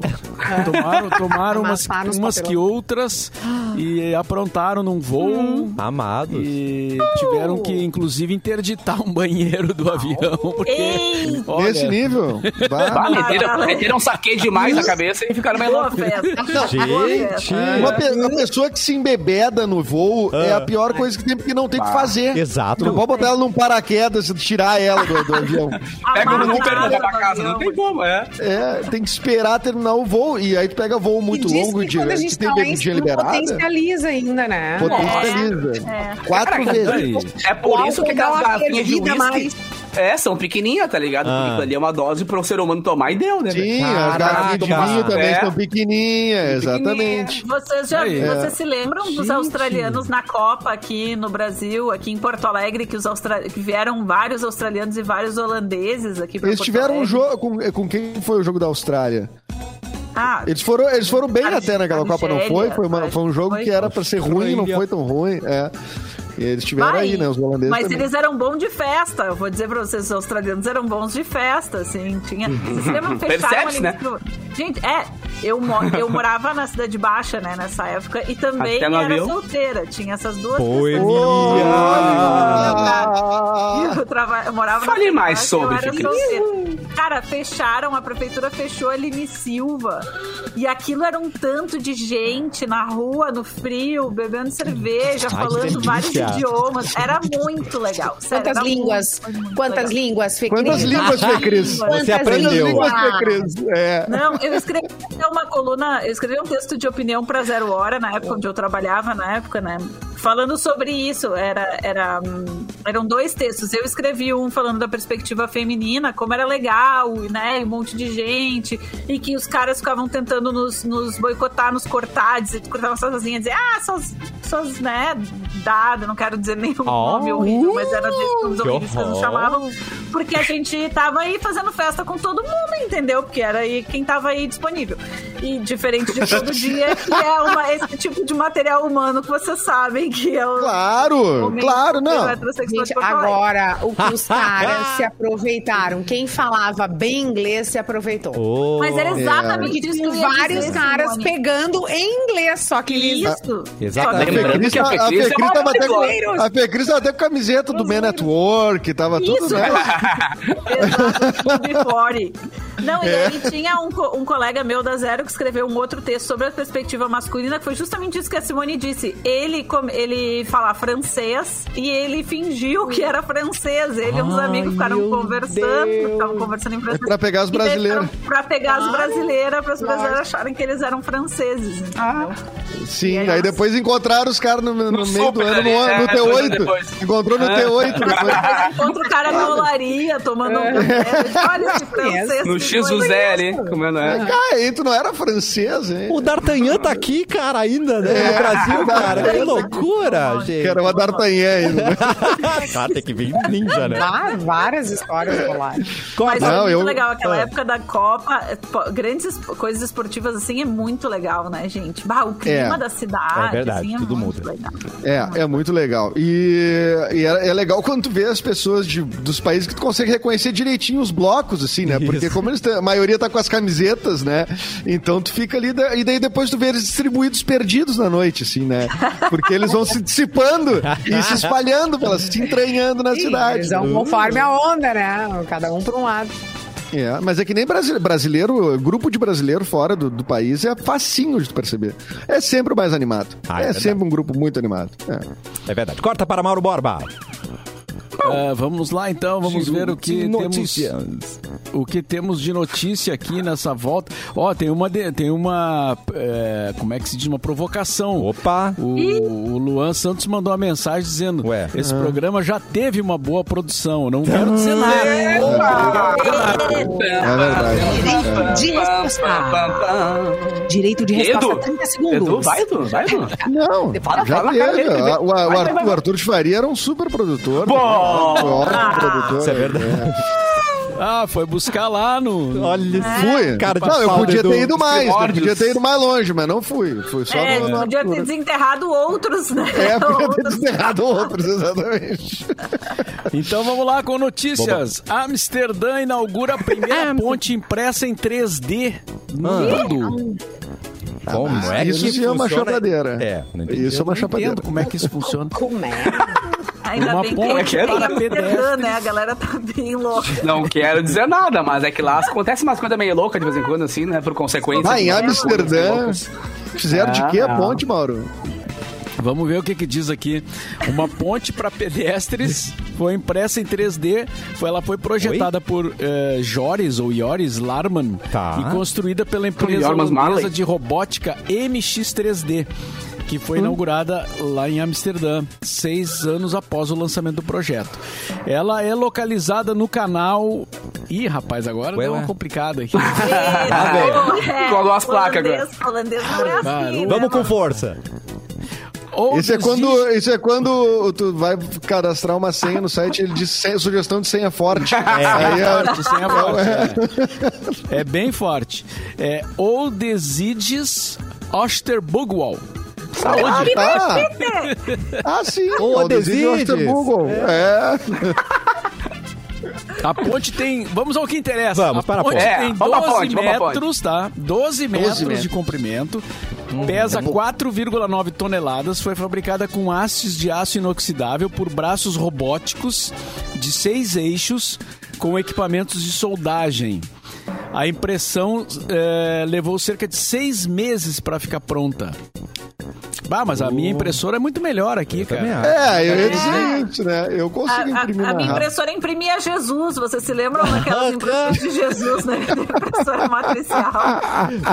Speaker 6: Tomaram, tomaram umas,
Speaker 7: Amassaram os
Speaker 6: umas que
Speaker 7: papelão.
Speaker 6: outras. e aprontaram num voo.
Speaker 1: Hum. Amados.
Speaker 6: E tiveram que, inclusive, interditar um banheiro do avião. Porque,
Speaker 5: Ei.
Speaker 6: olha,
Speaker 3: Nesse nível.
Speaker 2: Ah,
Speaker 3: Bah.
Speaker 2: meteram, meteram um saque demais na cabeça e ficaram mais
Speaker 5: Boa
Speaker 2: loucos.
Speaker 5: festa. Boa festa.
Speaker 1: Gente.
Speaker 3: Uma, pe- uma pessoa que se embebeda no voo é a pior coisa que tem, porque não tem o que fazer.
Speaker 1: Exato.
Speaker 3: Não pode botar ela num paraquedas e tirar ela do, do avião.
Speaker 2: Pega no Uber e
Speaker 5: Amarrado
Speaker 2: leva pra
Speaker 5: no
Speaker 2: casa, não
Speaker 5: avião.
Speaker 2: tem como, é.
Speaker 3: É, tem que esperar terminar o voo. E aí tu pega voo muito
Speaker 7: e diz
Speaker 3: longo e
Speaker 7: que quando a
Speaker 3: direto.
Speaker 7: gente
Speaker 3: tem
Speaker 7: tá lá em
Speaker 3: bebidinha
Speaker 7: cima,
Speaker 3: liberada.
Speaker 7: potencializa ainda, né?
Speaker 3: Potencializa. é
Speaker 7: É.
Speaker 3: Quatro
Speaker 6: aí.
Speaker 3: vezes.
Speaker 2: É por
Speaker 7: O
Speaker 2: isso que
Speaker 7: álcool
Speaker 2: aquelas
Speaker 7: dá uma
Speaker 2: garrafinhas de
Speaker 7: fervida
Speaker 2: uísque... É, são pequenininhas, tá ligado?
Speaker 1: Ah.
Speaker 2: Porque aquilo ali é uma dose pro ser humano tomar e deu, né?
Speaker 3: Sim, as
Speaker 1: Caraca,
Speaker 3: garrafinhas do
Speaker 1: cara.
Speaker 3: vinho também
Speaker 2: É.
Speaker 3: são pequenininhas, exatamente.
Speaker 5: Vocês já
Speaker 6: Aí.
Speaker 5: vocês se lembram dos
Speaker 6: Gente.
Speaker 5: australianos na Copa aqui no Brasil, aqui em Porto Alegre, que, os austra... que vieram vários australianos e vários holandeses aqui pra
Speaker 3: Eles
Speaker 5: Porto
Speaker 3: tiveram um
Speaker 5: Alegre.
Speaker 3: jogo. Com, com quem foi o jogo da Austrália?
Speaker 5: Ah,
Speaker 3: Eles foram, eles foram bem
Speaker 5: Arge-
Speaker 3: até naquela Copa, não foi? Foi, uma-
Speaker 5: Argélia,
Speaker 3: foi um jogo
Speaker 5: foi.
Speaker 3: que era pra ser ruim, não foi tão ruim. É. E Eles tiveram
Speaker 5: vai.
Speaker 3: aí, né? Os holandeses.
Speaker 5: Mas
Speaker 3: também.
Speaker 5: eles eram bons de festa. Eu vou dizer pra vocês, os australianos eram bons de festa, assim. Tinha.
Speaker 3: Uhum.
Speaker 5: Vocês lembram que fecharam
Speaker 2: Percebe-se,
Speaker 5: ali.
Speaker 2: né?
Speaker 5: pro- Gente, é. Eu, mo- eu morava na Cidade Baixa, né, nessa época, e também
Speaker 2: Até no
Speaker 5: era
Speaker 2: avião?
Speaker 5: solteira. Tinha essas duas
Speaker 1: Pois.
Speaker 5: questões.
Speaker 3: Ah!
Speaker 5: Eu, trava... eu morava na
Speaker 2: Fale mais
Speaker 5: cidade, eu
Speaker 2: sobre,
Speaker 5: era
Speaker 2: Fiquinha.
Speaker 5: solteira. Cara, fecharam, a prefeitura fechou a Lini Silva. E aquilo era um tanto de gente na rua, no frio, bebendo cerveja,
Speaker 1: Ai, que
Speaker 5: falando vários
Speaker 1: delícia.
Speaker 5: idiomas. Era muito legal. sério,
Speaker 7: Quantas
Speaker 5: era
Speaker 7: línguas?
Speaker 5: muito, um muito
Speaker 7: Quantas
Speaker 5: legal.
Speaker 7: línguas, Fê
Speaker 3: Quantas
Speaker 7: Cris?
Speaker 3: línguas, Fê Cris?
Speaker 5: Quantas
Speaker 1: Você aprendeu.
Speaker 3: Quantas línguas, Fê Cris? É.
Speaker 5: Não, eu escrevi até uma coluna, eu escrevi um texto de opinião pra Zero Hora, na época onde eu trabalhava, na época, né? Falando sobre isso, era, era, hum, eram dois textos. Eu escrevi um falando da perspectiva feminina, como era legal, né? e Um monte de gente, e que os caras ficavam tentando nos, nos boicotar, nos cortar, dizer, cortar nossas asinhas, dizer, ah, suas, suas né, dada, não quero dizer nenhum nome horrível, mas era disso que os
Speaker 1: que
Speaker 5: ouvintes nos
Speaker 1: horror.
Speaker 5: chamavam estavam- Porque a gente tava aí fazendo festa com todo mundo, entendeu? Porque era aí quem tava aí disponível. E diferente de todo dia, que é uma- esse tipo de material humano que vocês sabem que é o.
Speaker 3: Claro,
Speaker 5: homem
Speaker 3: claro, não.
Speaker 5: heterossexual de
Speaker 7: Gente,
Speaker 5: Porto Alegre.
Speaker 7: agora o que os caras se aproveitaram. Quem falava bem inglês se aproveitou.
Speaker 1: Oh.
Speaker 5: Mas
Speaker 7: É.
Speaker 5: era exatamente
Speaker 7: Porque
Speaker 5: disso que
Speaker 7: tinham
Speaker 5: eu ia
Speaker 7: vários
Speaker 5: dizer,
Speaker 7: caras
Speaker 5: Simone.
Speaker 7: pegando em inglês, só que eles
Speaker 5: Isso.
Speaker 1: Exatamente.
Speaker 3: A
Speaker 5: Só
Speaker 3: Fê
Speaker 5: que-
Speaker 2: Lembrando
Speaker 3: Cris
Speaker 2: que a
Speaker 3: tá-
Speaker 2: Fê
Speaker 3: a
Speaker 2: Cris
Speaker 3: Fê
Speaker 2: é
Speaker 3: Cris tava até com-
Speaker 2: maravilhosa.
Speaker 3: a Fê Cris tava até com a camiseta do Man at Work, tava tudo,
Speaker 5: Isso.
Speaker 3: né?
Speaker 5: Exato, Clube 40. Não, e
Speaker 3: É.
Speaker 5: aí tinha um, co- um colega meu da Zero que escreveu um outro texto sobre a perspectiva masculina, que foi justamente isso que a Simone disse. Ele, com- ele fala francês e ele fingiu que era francês. Ele e uns amigos ficaram conversando, ficavam conversando em francês.
Speaker 3: É pra pegar os
Speaker 5: E daí ficaram
Speaker 3: brasileiros.
Speaker 5: Pra pegar as brasileiras, para as brasileiras acharem que eles eram franceses. entendeu?
Speaker 3: Sim,
Speaker 5: E aí,
Speaker 3: aí depois encontraram os caras no, no meio do
Speaker 2: super
Speaker 3: ano,
Speaker 2: ali,
Speaker 3: no,
Speaker 2: é,
Speaker 3: no T8.
Speaker 2: depois.
Speaker 3: Encontrou no T8 depois.
Speaker 5: Aí Encontra o cara na olaria, tomando um café. Olha esse francês.
Speaker 2: No
Speaker 5: que coisa
Speaker 2: X-Zé ali, comendo é.
Speaker 3: Cara, e tu não era francês, hein?
Speaker 1: O D'Artagnan tá aqui, cara, ainda, né? No Brasil, cara. Que loucura, gente.
Speaker 3: Que era uma D'Artagnan ainda. né?
Speaker 1: Cara, tem que vir ninja, né?
Speaker 7: Ah, várias histórias rolaram.
Speaker 5: Mas
Speaker 3: Não,
Speaker 5: é muito
Speaker 3: eu-
Speaker 5: legal, aquela
Speaker 1: Ah.
Speaker 5: época da Copa, é, pô, grandes es- coisas esportivas assim é muito legal, né, gente? Bah, o clima
Speaker 3: É.
Speaker 5: da cidade,
Speaker 1: É verdade,
Speaker 5: assim, é
Speaker 1: tudo
Speaker 5: muito
Speaker 1: muda.
Speaker 5: legal.
Speaker 3: É, é muito legal. E, e é, é legal quando tu vê as pessoas de- dos países que tu consegue reconhecer direitinho os blocos, assim, né? Porque
Speaker 1: Isso.
Speaker 3: como eles têm- a maioria tá com as camisetas, né? Então tu fica ali, da- e daí depois tu vê eles distribuídos perdidos na noite, assim, né? Porque eles vão se dissipando e se espalhando, pelas, se entranhando na cidade. Hum.
Speaker 7: Eles vão conforme a onda, né? Cada um pra um lado.
Speaker 3: É, mas é que nem brasi- brasileiro, grupo de brasileiro fora do, do país é facinho de tu perceber. É sempre o mais animado.
Speaker 1: Ah, é
Speaker 3: é
Speaker 1: verdade.
Speaker 3: sempre um grupo muito animado. É.
Speaker 1: É verdade. Corta para Mauro Borba.
Speaker 6: ah, vamos lá então, vamos ver o que temos.
Speaker 1: Notícias.
Speaker 6: o que temos de notícia aqui nessa volta. Ó, tem uma. de- tem uma. é, como é que se diz? Uma provocação.
Speaker 1: Opa.
Speaker 6: O, o Luan Santos mandou uma mensagem dizendo:
Speaker 1: Ué. Tá.
Speaker 6: Esse programa já teve uma boa produção. Não quero dizer nada.
Speaker 2: Ah,
Speaker 3: É verdade.
Speaker 7: De Direito de
Speaker 2: Edu,
Speaker 7: resposta, 30 segundos.
Speaker 2: Edu, vai, Edu, vai, Edu.
Speaker 3: Não,
Speaker 2: Fala,
Speaker 3: já
Speaker 2: fala na cara
Speaker 3: teve.
Speaker 2: dele,
Speaker 3: A-
Speaker 2: bebê.
Speaker 3: o, a- o
Speaker 2: Vai,
Speaker 3: Arthur,
Speaker 2: vai, vai.
Speaker 3: o Arthur de Faria era um super produtor.
Speaker 2: Bom!
Speaker 3: né? Foi ótimo produtor. né?
Speaker 1: Isso é verdade.
Speaker 6: Ah, foi buscar lá no.
Speaker 1: Olha,
Speaker 3: É. Fui.
Speaker 1: Cara de
Speaker 3: não, eu
Speaker 1: pau,
Speaker 3: podia
Speaker 1: Edu.
Speaker 3: ter ido mais. Eu
Speaker 2: Primórdios.
Speaker 3: podia ter ido mais longe, mas não fui. Fui só
Speaker 5: É,
Speaker 3: no, no
Speaker 5: podia ter
Speaker 3: Arthur.
Speaker 5: desenterrado outros, né?
Speaker 3: É, podia ter
Speaker 5: Outros.
Speaker 3: desenterrado outros, exatamente.
Speaker 6: Então vamos lá com notícias. Amsterdã inaugura a primeira ponte impressa em 3D no mundo.
Speaker 1: Como
Speaker 3: mas
Speaker 1: é que
Speaker 3: isso se chama
Speaker 1: funciona?
Speaker 3: chocadeira.
Speaker 1: É, não entendi.
Speaker 3: Isso é uma
Speaker 6: Eu não
Speaker 3: chapadeira.
Speaker 6: entendo como é que isso funciona.
Speaker 7: Como é?
Speaker 5: Ainda
Speaker 6: Uma
Speaker 5: bem que
Speaker 6: ponte
Speaker 5: tem
Speaker 6: para
Speaker 5: Amsterdã,
Speaker 6: pedestres.
Speaker 5: né? A galera tá bem louca.
Speaker 2: Não quero dizer nada, mas é que lá acontece umas coisas meio loucas de vez em quando, assim, né? Por consequência.
Speaker 3: Ah, em
Speaker 2: de-
Speaker 3: Amsterdã. Fizeram de
Speaker 2: Ah,
Speaker 3: quê a
Speaker 2: não.
Speaker 3: ponte, Mauro?
Speaker 6: Vamos ver o que, que diz aqui. Uma ponte para pedestres foi impressa em 3D. Foi, ela foi projetada por eh, Joris ou Joris Larman
Speaker 1: Tá.
Speaker 6: e construída pela empresa
Speaker 2: Jormas
Speaker 6: holandesa
Speaker 2: Marley.
Speaker 6: de robótica MX3D, que
Speaker 1: Hum?
Speaker 6: foi inaugurada lá em Amsterdã, seis anos após o lançamento do projeto. Ela é localizada no canal. Ih, rapaz, agora
Speaker 1: Ué,
Speaker 6: deu
Speaker 1: ué.
Speaker 6: uma complicada aqui.
Speaker 5: É,
Speaker 2: Colou as placas agora.
Speaker 5: holandês- Holandês não é assim, né,
Speaker 1: Vamos com
Speaker 5: mano?
Speaker 1: força.
Speaker 3: Isso é,
Speaker 6: Outros
Speaker 3: quando, isso é quando tu vai cadastrar uma senha no site, ele diz senha- sugestão de senha forte. Aí
Speaker 6: É
Speaker 3: a-
Speaker 6: forte, sim, é forte. É, É bem forte. É Odesides Osterburgwal.
Speaker 2: Saúde.
Speaker 3: Ah, ah, sim.
Speaker 1: Ou
Speaker 3: Odesides
Speaker 1: Odesides.
Speaker 3: Osterburgo. É.
Speaker 6: A ponte tem. Vamos ao que interessa.
Speaker 1: Vamos,
Speaker 6: a
Speaker 1: para a
Speaker 6: ponte
Speaker 1: ponte.
Speaker 6: tem
Speaker 2: É, vamos à
Speaker 6: 12
Speaker 2: ponte, vamos à ponte.
Speaker 6: metros, tá? 12 metros de
Speaker 3: metros.
Speaker 6: comprimento.
Speaker 1: Hum, é
Speaker 6: Pesa 4,9 toneladas. Foi fabricada com hastes de aço inoxidável por braços robóticos de seis eixos com equipamentos de soldagem. A impressão eh, levou cerca de seis meses para ficar pronta. Bah, mas a
Speaker 1: Oh.
Speaker 6: minha impressora é muito melhor aqui, cara.
Speaker 3: É, eu ia dizer o seguinte, né? Eu
Speaker 5: A,
Speaker 3: consigo imprimir
Speaker 5: a, a
Speaker 3: mais
Speaker 5: minha
Speaker 3: rápido.
Speaker 5: impressora imprimia Jesus. Vocês se lembram
Speaker 3: Ah, tá.
Speaker 5: daquelas impressões de Jesus, né? Da impressora matricial.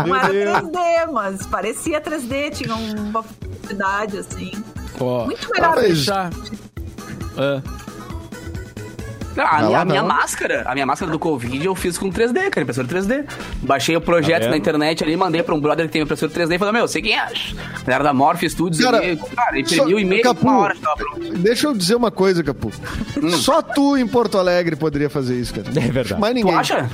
Speaker 5: Não era 3D, mas parecia 3D. Tinha uma profundidade, assim.
Speaker 6: Ó, tá
Speaker 5: Muito melhor.
Speaker 3: Talvez.
Speaker 6: já. Ah.
Speaker 2: Não, Ah, a,
Speaker 3: Não,
Speaker 2: minha,
Speaker 3: lá
Speaker 2: a minha
Speaker 3: não.
Speaker 2: máscara, a minha máscara do Covid eu fiz com 3D, cara, impressora 3D. Baixei o projeto
Speaker 1: Tá vendo?
Speaker 2: na internet ali, mandei pra um brother que tem uma impressora 3D e falei, meu, sei quem é. Galera da Morph Studios
Speaker 3: Cara,
Speaker 2: ali, é cara,
Speaker 3: Só-
Speaker 2: imprimiu e meio
Speaker 3: Capu,
Speaker 2: uma hora já tava pronto. Hum.
Speaker 3: Deixa eu dizer uma coisa, Capu. Só tu em Porto Alegre poderia fazer isso, cara.
Speaker 1: É verdade.
Speaker 3: Mais
Speaker 2: Tu
Speaker 3: ninguém.
Speaker 2: acha?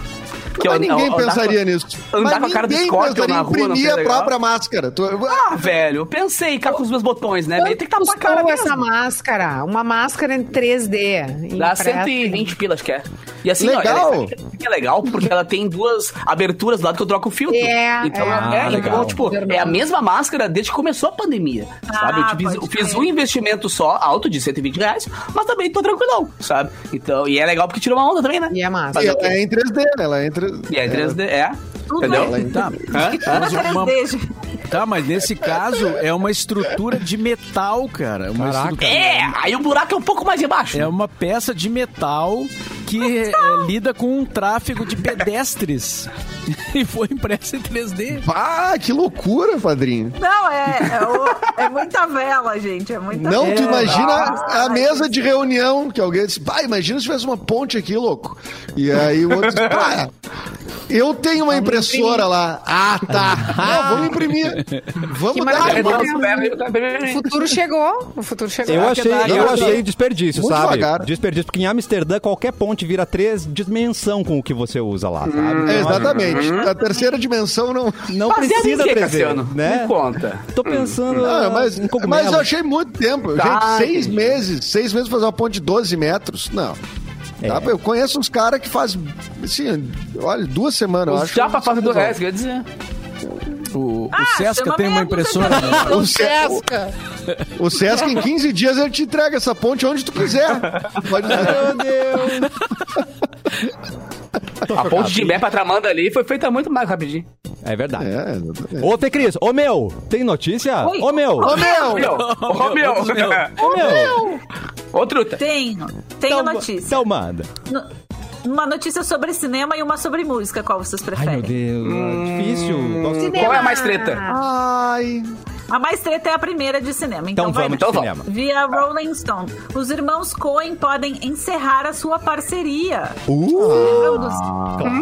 Speaker 3: Mas ninguém
Speaker 2: andar
Speaker 3: pensaria
Speaker 2: com-
Speaker 3: nisso.
Speaker 2: Andar
Speaker 3: Mas
Speaker 2: com a cara do
Speaker 3: ninguém
Speaker 2: Scorpion na
Speaker 3: pensaria em
Speaker 2: rua não
Speaker 3: imprimir
Speaker 2: seria
Speaker 3: a
Speaker 2: legal?
Speaker 3: própria máscara. Tu-
Speaker 2: Ah, velho, eu pensei, cá com os meus botões, né? Tem que estar pra
Speaker 7: Custou
Speaker 2: cara mesmo.
Speaker 7: essa máscara? Uma máscara em 3D.
Speaker 2: Dá
Speaker 7: impressa.
Speaker 2: 120 pilas que é. E assim,
Speaker 3: Legal.
Speaker 2: ó, ela- sabe que é legal porque ela tem duas aberturas do lado que eu troco o filtro.
Speaker 7: É,
Speaker 2: então,
Speaker 7: é.
Speaker 2: é,
Speaker 1: Ah, legal.
Speaker 2: então tipo, é a mesma máscara desde que começou a pandemia. sabe? Eu, tive- eu
Speaker 5: pode
Speaker 2: fiz
Speaker 5: crer.
Speaker 2: um investimento só, alto, de 120 reais, mas também tô tranquilão, sabe? Então, e é legal porque tirou uma onda também, né?
Speaker 7: E a máscara.
Speaker 2: Fazer o
Speaker 3: Ela
Speaker 2: quê?
Speaker 3: é em 3D, né? Ela é em 3D.
Speaker 2: E é 3D, é.
Speaker 5: Tudo
Speaker 2: Entendeu?
Speaker 5: é.
Speaker 6: Tá,
Speaker 2: Hã?
Speaker 5: Tudo é 3D, gente.
Speaker 6: tá, mas nesse caso é uma estrutura de metal, cara. Uma
Speaker 1: Caraca.
Speaker 6: estrutura-
Speaker 2: É, aí o buraco é um pouco mais embaixo.
Speaker 6: É uma peça de metal que eh, lida com um tráfego de pedestres. e foi impressa em 3D.
Speaker 3: Ah, que loucura, padrinho.
Speaker 5: Não, é, é, o- é muita vela, gente. É muita
Speaker 3: Não,
Speaker 5: vela.
Speaker 3: tu imagina
Speaker 5: Nossa,
Speaker 3: a mesa de reunião que alguém disse, pá, imagina se tivesse uma ponte aqui, louco. E aí o outro disse, pá, eu tenho uma impressora lá. Ah, tá. Ah, vamos imprimir. Vamos
Speaker 7: Que
Speaker 3: dar
Speaker 2: Aí
Speaker 7: maravilha.
Speaker 3: uma
Speaker 2: dá uns pés, aí dá-
Speaker 7: O futuro chegou. O futuro chegou.
Speaker 1: Eu
Speaker 7: Ah,
Speaker 1: achei,
Speaker 6: dá,
Speaker 1: eu
Speaker 3: dá.
Speaker 1: achei desperdício,
Speaker 3: Muito
Speaker 1: sabe?
Speaker 3: devagar.
Speaker 1: Desperdício, porque em Amsterdã qualquer ponte vira três dimensão com o que você usa lá, sabe? Então,
Speaker 3: É, exatamente. A terceira dimensão não.
Speaker 1: Não
Speaker 2: Baseado em
Speaker 1: precisa
Speaker 2: quê,
Speaker 1: prever,
Speaker 2: é Cassiano?
Speaker 1: né?
Speaker 2: Me conta.
Speaker 1: Tô pensando
Speaker 3: Ah, mas,
Speaker 1: em um cogumelo.
Speaker 3: mas eu achei muito tempo. Gente,
Speaker 2: Tá,
Speaker 3: seis
Speaker 2: entendi.
Speaker 3: meses. Seis meses pra fazer uma ponte de 12 metros. Não. Dá pra- eu conheço uns caras que fazem, assim, olha, duas semanas, eu
Speaker 2: Os
Speaker 3: acho.
Speaker 2: chapas fazem do resto, quer dizer.
Speaker 6: O, o
Speaker 5: Ah,
Speaker 6: Sesca
Speaker 5: chama
Speaker 6: tem uma
Speaker 5: minha
Speaker 6: impressora.
Speaker 5: blusa também, então.
Speaker 3: O Sesc, o Sesc em 15 dias ele te entrega essa ponte onde tu quiser. Pode
Speaker 1: Meu Deus!
Speaker 2: A ponte de Bé pra Tramanda ali foi feita muito mais rapidinho.
Speaker 1: É verdade.
Speaker 3: É, exatamente.
Speaker 1: Ô, Fê Cris, ô meu, tem notícia?
Speaker 5: Oi.
Speaker 1: Ô meu!
Speaker 3: Ô meu!
Speaker 2: Romeu! Ô, Romeu!
Speaker 6: Ô, meu.
Speaker 1: Ô meu!
Speaker 2: Ô, truta!
Speaker 5: Tenho, tenho
Speaker 1: Então-
Speaker 5: notícia.
Speaker 1: Então manda.
Speaker 5: No- Uma notícia sobre cinema e uma sobre música, qual vocês
Speaker 1: Ai,
Speaker 5: preferem?
Speaker 1: meu Deus, é difícil. Nossa,
Speaker 2: Qual é a mais treta?
Speaker 3: Ai!
Speaker 5: A mais treta é a primeira de cinema, então,
Speaker 1: Então
Speaker 5: vai
Speaker 1: vamos
Speaker 5: lá.
Speaker 1: de
Speaker 2: então vamos.
Speaker 1: cinema.
Speaker 5: Via Rolling Stone, os irmãos Coen podem encerrar a sua parceria.
Speaker 3: Uh,
Speaker 5: Lembram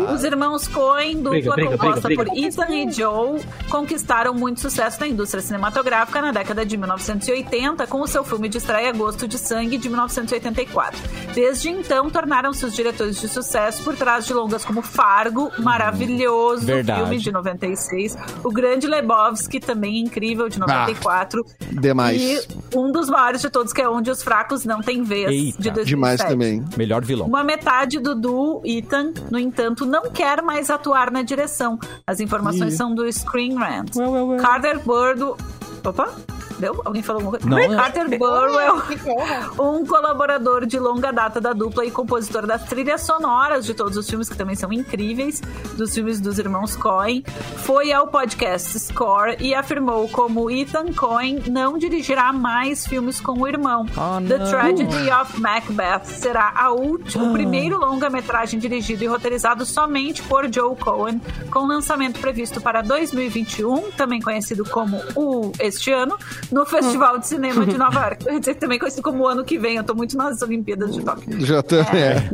Speaker 5: dos- Os irmãos Coen, dupla composta por Ethan e Joe, conquistaram muito sucesso na indústria cinematográfica na década de 1980 com o seu filme de estreia Gosto de Sangue de 1984. Desde então, tornaram-se os diretores de sucesso por trás de longas como Fargo, maravilhoso
Speaker 1: Uhum. Verdade.
Speaker 5: filme de 96, O Grande Lebowski, também incrível, de de
Speaker 1: Ah.
Speaker 5: 94.
Speaker 3: Demais.
Speaker 5: E um dos maiores de todos, que é Onde os Fracos Não Tem Vez,
Speaker 1: Eita.
Speaker 5: de 2007.
Speaker 3: Demais também.
Speaker 1: Melhor vilão.
Speaker 5: Uma metade do duo, Ethan, no entanto, não quer mais atuar na direção. As informações são do Screen Rant. Carter Burdo... Opa, deu? Alguém falou alguma coisa?
Speaker 1: Não, eu-
Speaker 5: Carter Burwell,
Speaker 7: Que horror.
Speaker 5: um colaborador de longa data da dupla e compositor das trilhas sonoras de todos os filmes, que também são incríveis, dos filmes dos irmãos Coen, foi ao podcast Score e afirmou como Ethan Coen não dirigirá mais filmes com o irmão. The Tragedy of Macbeth será a última,
Speaker 2: Ah.
Speaker 5: o primeiro longa-metragem dirigido e roteirizado somente por Joe Coen, com lançamento previsto para 2021, também conhecido como o este ano, no
Speaker 2: Hum.
Speaker 5: Festival de Cinema de Nova York. Quer dizer, também conhecido como o ano que vem. Eu tô muito nas Olimpíadas de Tóquio.
Speaker 3: Já tá, é.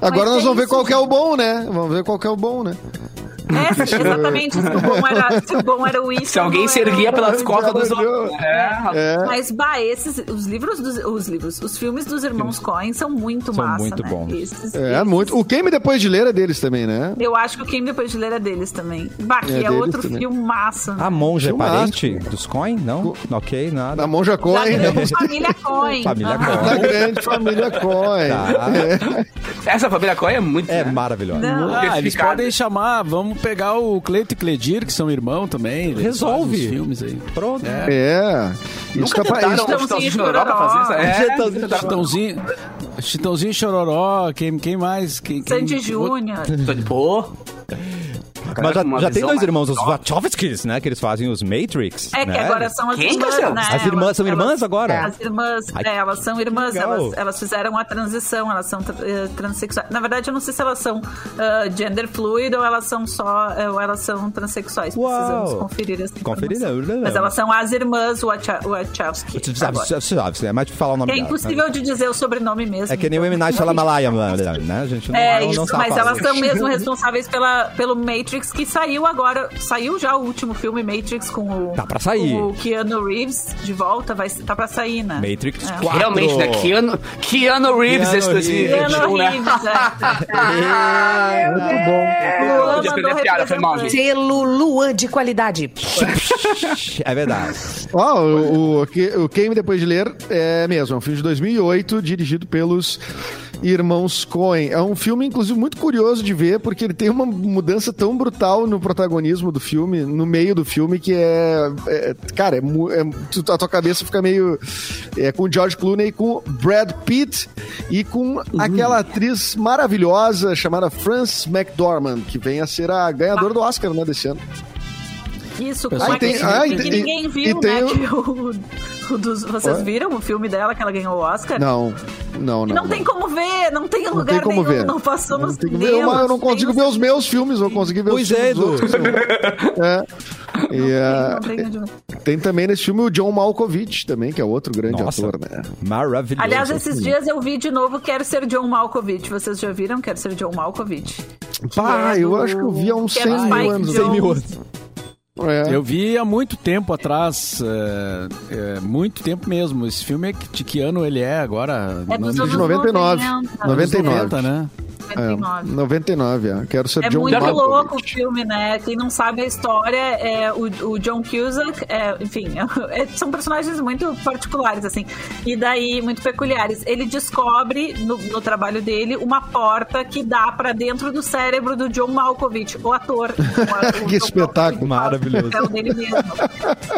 Speaker 3: Agora
Speaker 5: Mas
Speaker 3: nós
Speaker 5: é
Speaker 3: vamos ver
Speaker 5: isso,
Speaker 3: qual que é o bom, né? Vamos ver qual que é o bom, né?
Speaker 5: É, sim, exatamente. Se o bom era, se o bom era o Ethan,
Speaker 2: Se alguém
Speaker 5: não
Speaker 2: se
Speaker 5: era
Speaker 2: erguia
Speaker 5: o-
Speaker 2: pelas costas dos
Speaker 3: Jogador.
Speaker 2: outros. É,
Speaker 3: É.
Speaker 5: Mas, bah, esses, os livros dos, os livros, os filmes dos irmãos Coen são muito
Speaker 1: São
Speaker 5: massa,
Speaker 1: muito
Speaker 5: né?
Speaker 1: bons.
Speaker 5: Esses-
Speaker 3: É, muito. O Queime Depois de Ler é deles também, né?
Speaker 5: Eu acho que o Quem Depois de Ler é deles também. Bah, que
Speaker 3: É
Speaker 5: é,
Speaker 3: deles
Speaker 5: outro
Speaker 3: também.
Speaker 5: filme massa. né?
Speaker 1: A monja é
Speaker 3: Filmaço.
Speaker 1: parente dos Coin? Não? Ok, nada.
Speaker 3: Da Monja
Speaker 5: Da
Speaker 3: Coin. né?
Speaker 5: grande família Coen.
Speaker 1: Família
Speaker 5: Aham.
Speaker 1: Coen.
Speaker 3: Da grande família Coin.
Speaker 1: Tá.
Speaker 2: Essa família Coen é muito.
Speaker 1: É
Speaker 2: né?
Speaker 1: maravilhosa.
Speaker 5: Não.
Speaker 2: Muito
Speaker 6: Ah, eles
Speaker 2: edificada.
Speaker 6: podem chamar, vamos pegar o Cleito e Cledir, que são irmão também. eles
Speaker 1: Resolve.
Speaker 6: fazem uns filmes aí.
Speaker 1: Pronto.
Speaker 6: É.
Speaker 3: É. Isso
Speaker 2: Nunca
Speaker 3: capaz-
Speaker 2: tentaram
Speaker 3: isso-
Speaker 5: Então,
Speaker 2: o Chitãozinho
Speaker 5: sim,
Speaker 2: Chororó pra fazer isso? É,
Speaker 1: Chitãozinho
Speaker 2: nunca tentaram.
Speaker 6: Chitãozinho, Chitãozinho Chororó, quem, quem mais? Quem, quem,
Speaker 5: Sandy Júnior.
Speaker 2: Tô de boa.
Speaker 1: Mas já,
Speaker 2: Uma
Speaker 1: já tem
Speaker 2: visão
Speaker 1: dois
Speaker 2: mais
Speaker 1: irmãos, os
Speaker 2: nova.
Speaker 1: Wachowskis, né? Que eles fazem os Matrix.
Speaker 5: É que
Speaker 1: né?
Speaker 5: agora são as
Speaker 2: Quem,
Speaker 5: irmãs,
Speaker 2: Marcelo?
Speaker 5: né?
Speaker 1: As irmãs são
Speaker 5: Elas-
Speaker 1: irmãs agora?
Speaker 5: As irmãs,
Speaker 1: Ai,
Speaker 5: é, elas são irmãs,
Speaker 1: legal.
Speaker 5: elas, elas fizeram a transição, elas são eh, transexuais. Na verdade, eu não sei se elas são ah, gender fluid ou elas são só, eh, ou elas são transexuais.
Speaker 1: Uau.
Speaker 5: Precisamos conferir essa
Speaker 1: Conferir, né?
Speaker 5: informação.
Speaker 1: não, não, não.
Speaker 5: Mas elas são as irmãs Wacha- Wachowski.
Speaker 1: Você sabe,
Speaker 5: agora.
Speaker 1: você sabe, né? Mas falar o nome
Speaker 5: É
Speaker 1: dela, né?
Speaker 5: impossível de dizer o sobrenome mesmo.
Speaker 1: É que nem o M. Night Shyamalan, né? A gente não,
Speaker 5: É
Speaker 3: um
Speaker 1: não,
Speaker 5: isso,
Speaker 1: não sabe
Speaker 5: mas
Speaker 1: falar.
Speaker 5: elas são mesmo responsáveis pela, pelo Matrix, que saiu agora. Saiu já o último filme Matrix com o.
Speaker 1: Tá pra sair.
Speaker 5: com o Keanu Reeves de volta. Vai, tá pra sair, né?
Speaker 1: Matrix
Speaker 5: É.
Speaker 1: 4.
Speaker 2: Realmente, né? Keanu, Keanu Reeves
Speaker 1: Keanu
Speaker 2: esse
Speaker 5: Keanu
Speaker 2: 2021, né?
Speaker 5: Reeves, é.
Speaker 1: Ah,
Speaker 3: Muito bom.
Speaker 2: É,
Speaker 5: O Lama
Speaker 2: podia perder
Speaker 5: do
Speaker 2: a piada, foi mal,
Speaker 5: representante.
Speaker 2: gente.
Speaker 7: Selo Luan de qualidade.
Speaker 1: É verdade.
Speaker 3: Ó, o, o, o Queime Depois de Ler é mesmo, é um filme de 2008, dirigido pelos irmãos Coen. É um filme, inclusive, muito curioso de ver, porque ele tem uma mudança tão brutal no protagonismo do filme, no meio do filme, que é... é- cara, é, mu- é- tu- a tua cabeça fica meio... É com o George Clooney, com Brad Pitt e
Speaker 5: Uhum.
Speaker 3: com aquela atriz maravilhosa chamada Frances McDormand, que vem a ser a ganhadora do Oscar, né, desse ano.
Speaker 5: Isso, com
Speaker 3: Ah, e
Speaker 5: aquele
Speaker 3: tem- ah,
Speaker 5: filme
Speaker 3: e
Speaker 5: que
Speaker 3: tem-
Speaker 5: ninguém
Speaker 3: e
Speaker 5: viu,
Speaker 3: tem
Speaker 5: né?
Speaker 3: o-
Speaker 5: que o- o dos- vocês
Speaker 3: Ué?
Speaker 5: viram o filme dela que ela ganhou o Oscar?
Speaker 3: Não, não, não.
Speaker 5: É. Não, tem como ver, não tem
Speaker 3: Não tem
Speaker 5: lugar
Speaker 3: como
Speaker 5: nenhum,
Speaker 3: ver.
Speaker 5: não
Speaker 3: Não
Speaker 5: passamos
Speaker 3: tem como ver. Eu, eu não
Speaker 5: um
Speaker 3: consigo ver os meus filmes, vou conseguir ver
Speaker 1: Pois
Speaker 3: os
Speaker 1: é,
Speaker 3: filmes dos
Speaker 1: Edu.
Speaker 3: outros. É. E,
Speaker 5: um
Speaker 3: ah,
Speaker 5: meus.
Speaker 3: tem também nesse filme o John Malkovich também, que é outro grande
Speaker 1: Nossa.
Speaker 3: ator, né?
Speaker 1: Maravilhoso.
Speaker 5: Aliás,
Speaker 3: assim.
Speaker 5: esses dias eu vi de novo Quero Ser John Malkovich. Vocês já viram Quero Ser John Malkovich?
Speaker 3: Pá, eu acho que eu vi há uns
Speaker 5: Que é
Speaker 3: 100
Speaker 5: do
Speaker 3: mil
Speaker 5: Spike
Speaker 3: anos.
Speaker 5: Jonze. 100 mil
Speaker 1: anos.
Speaker 3: É.
Speaker 6: Eu vi há muito tempo atrás, é, é, muito tempo mesmo. Esse filme, é que- de que ano ele é agora?
Speaker 5: É dos
Speaker 3: De
Speaker 5: anos
Speaker 3: 99.
Speaker 5: 90.
Speaker 3: 99.
Speaker 6: 90, né?
Speaker 3: É,
Speaker 5: 99.
Speaker 3: 99, é. Quero ser
Speaker 5: É
Speaker 3: John
Speaker 5: muito
Speaker 3: Malkovich.
Speaker 5: louco o filme, né? Quem não sabe a história, é o, o John Cusack, é, enfim, é- são personagens muito particulares, assim, e daí muito peculiares. Ele descobre no, no trabalho dele uma porta que dá pra dentro do cérebro do John Malkovich, o ator. O- o-
Speaker 3: Que
Speaker 5: o-
Speaker 3: espetáculo.
Speaker 5: É o-
Speaker 1: Maravilhoso.
Speaker 5: papel dele mesmo.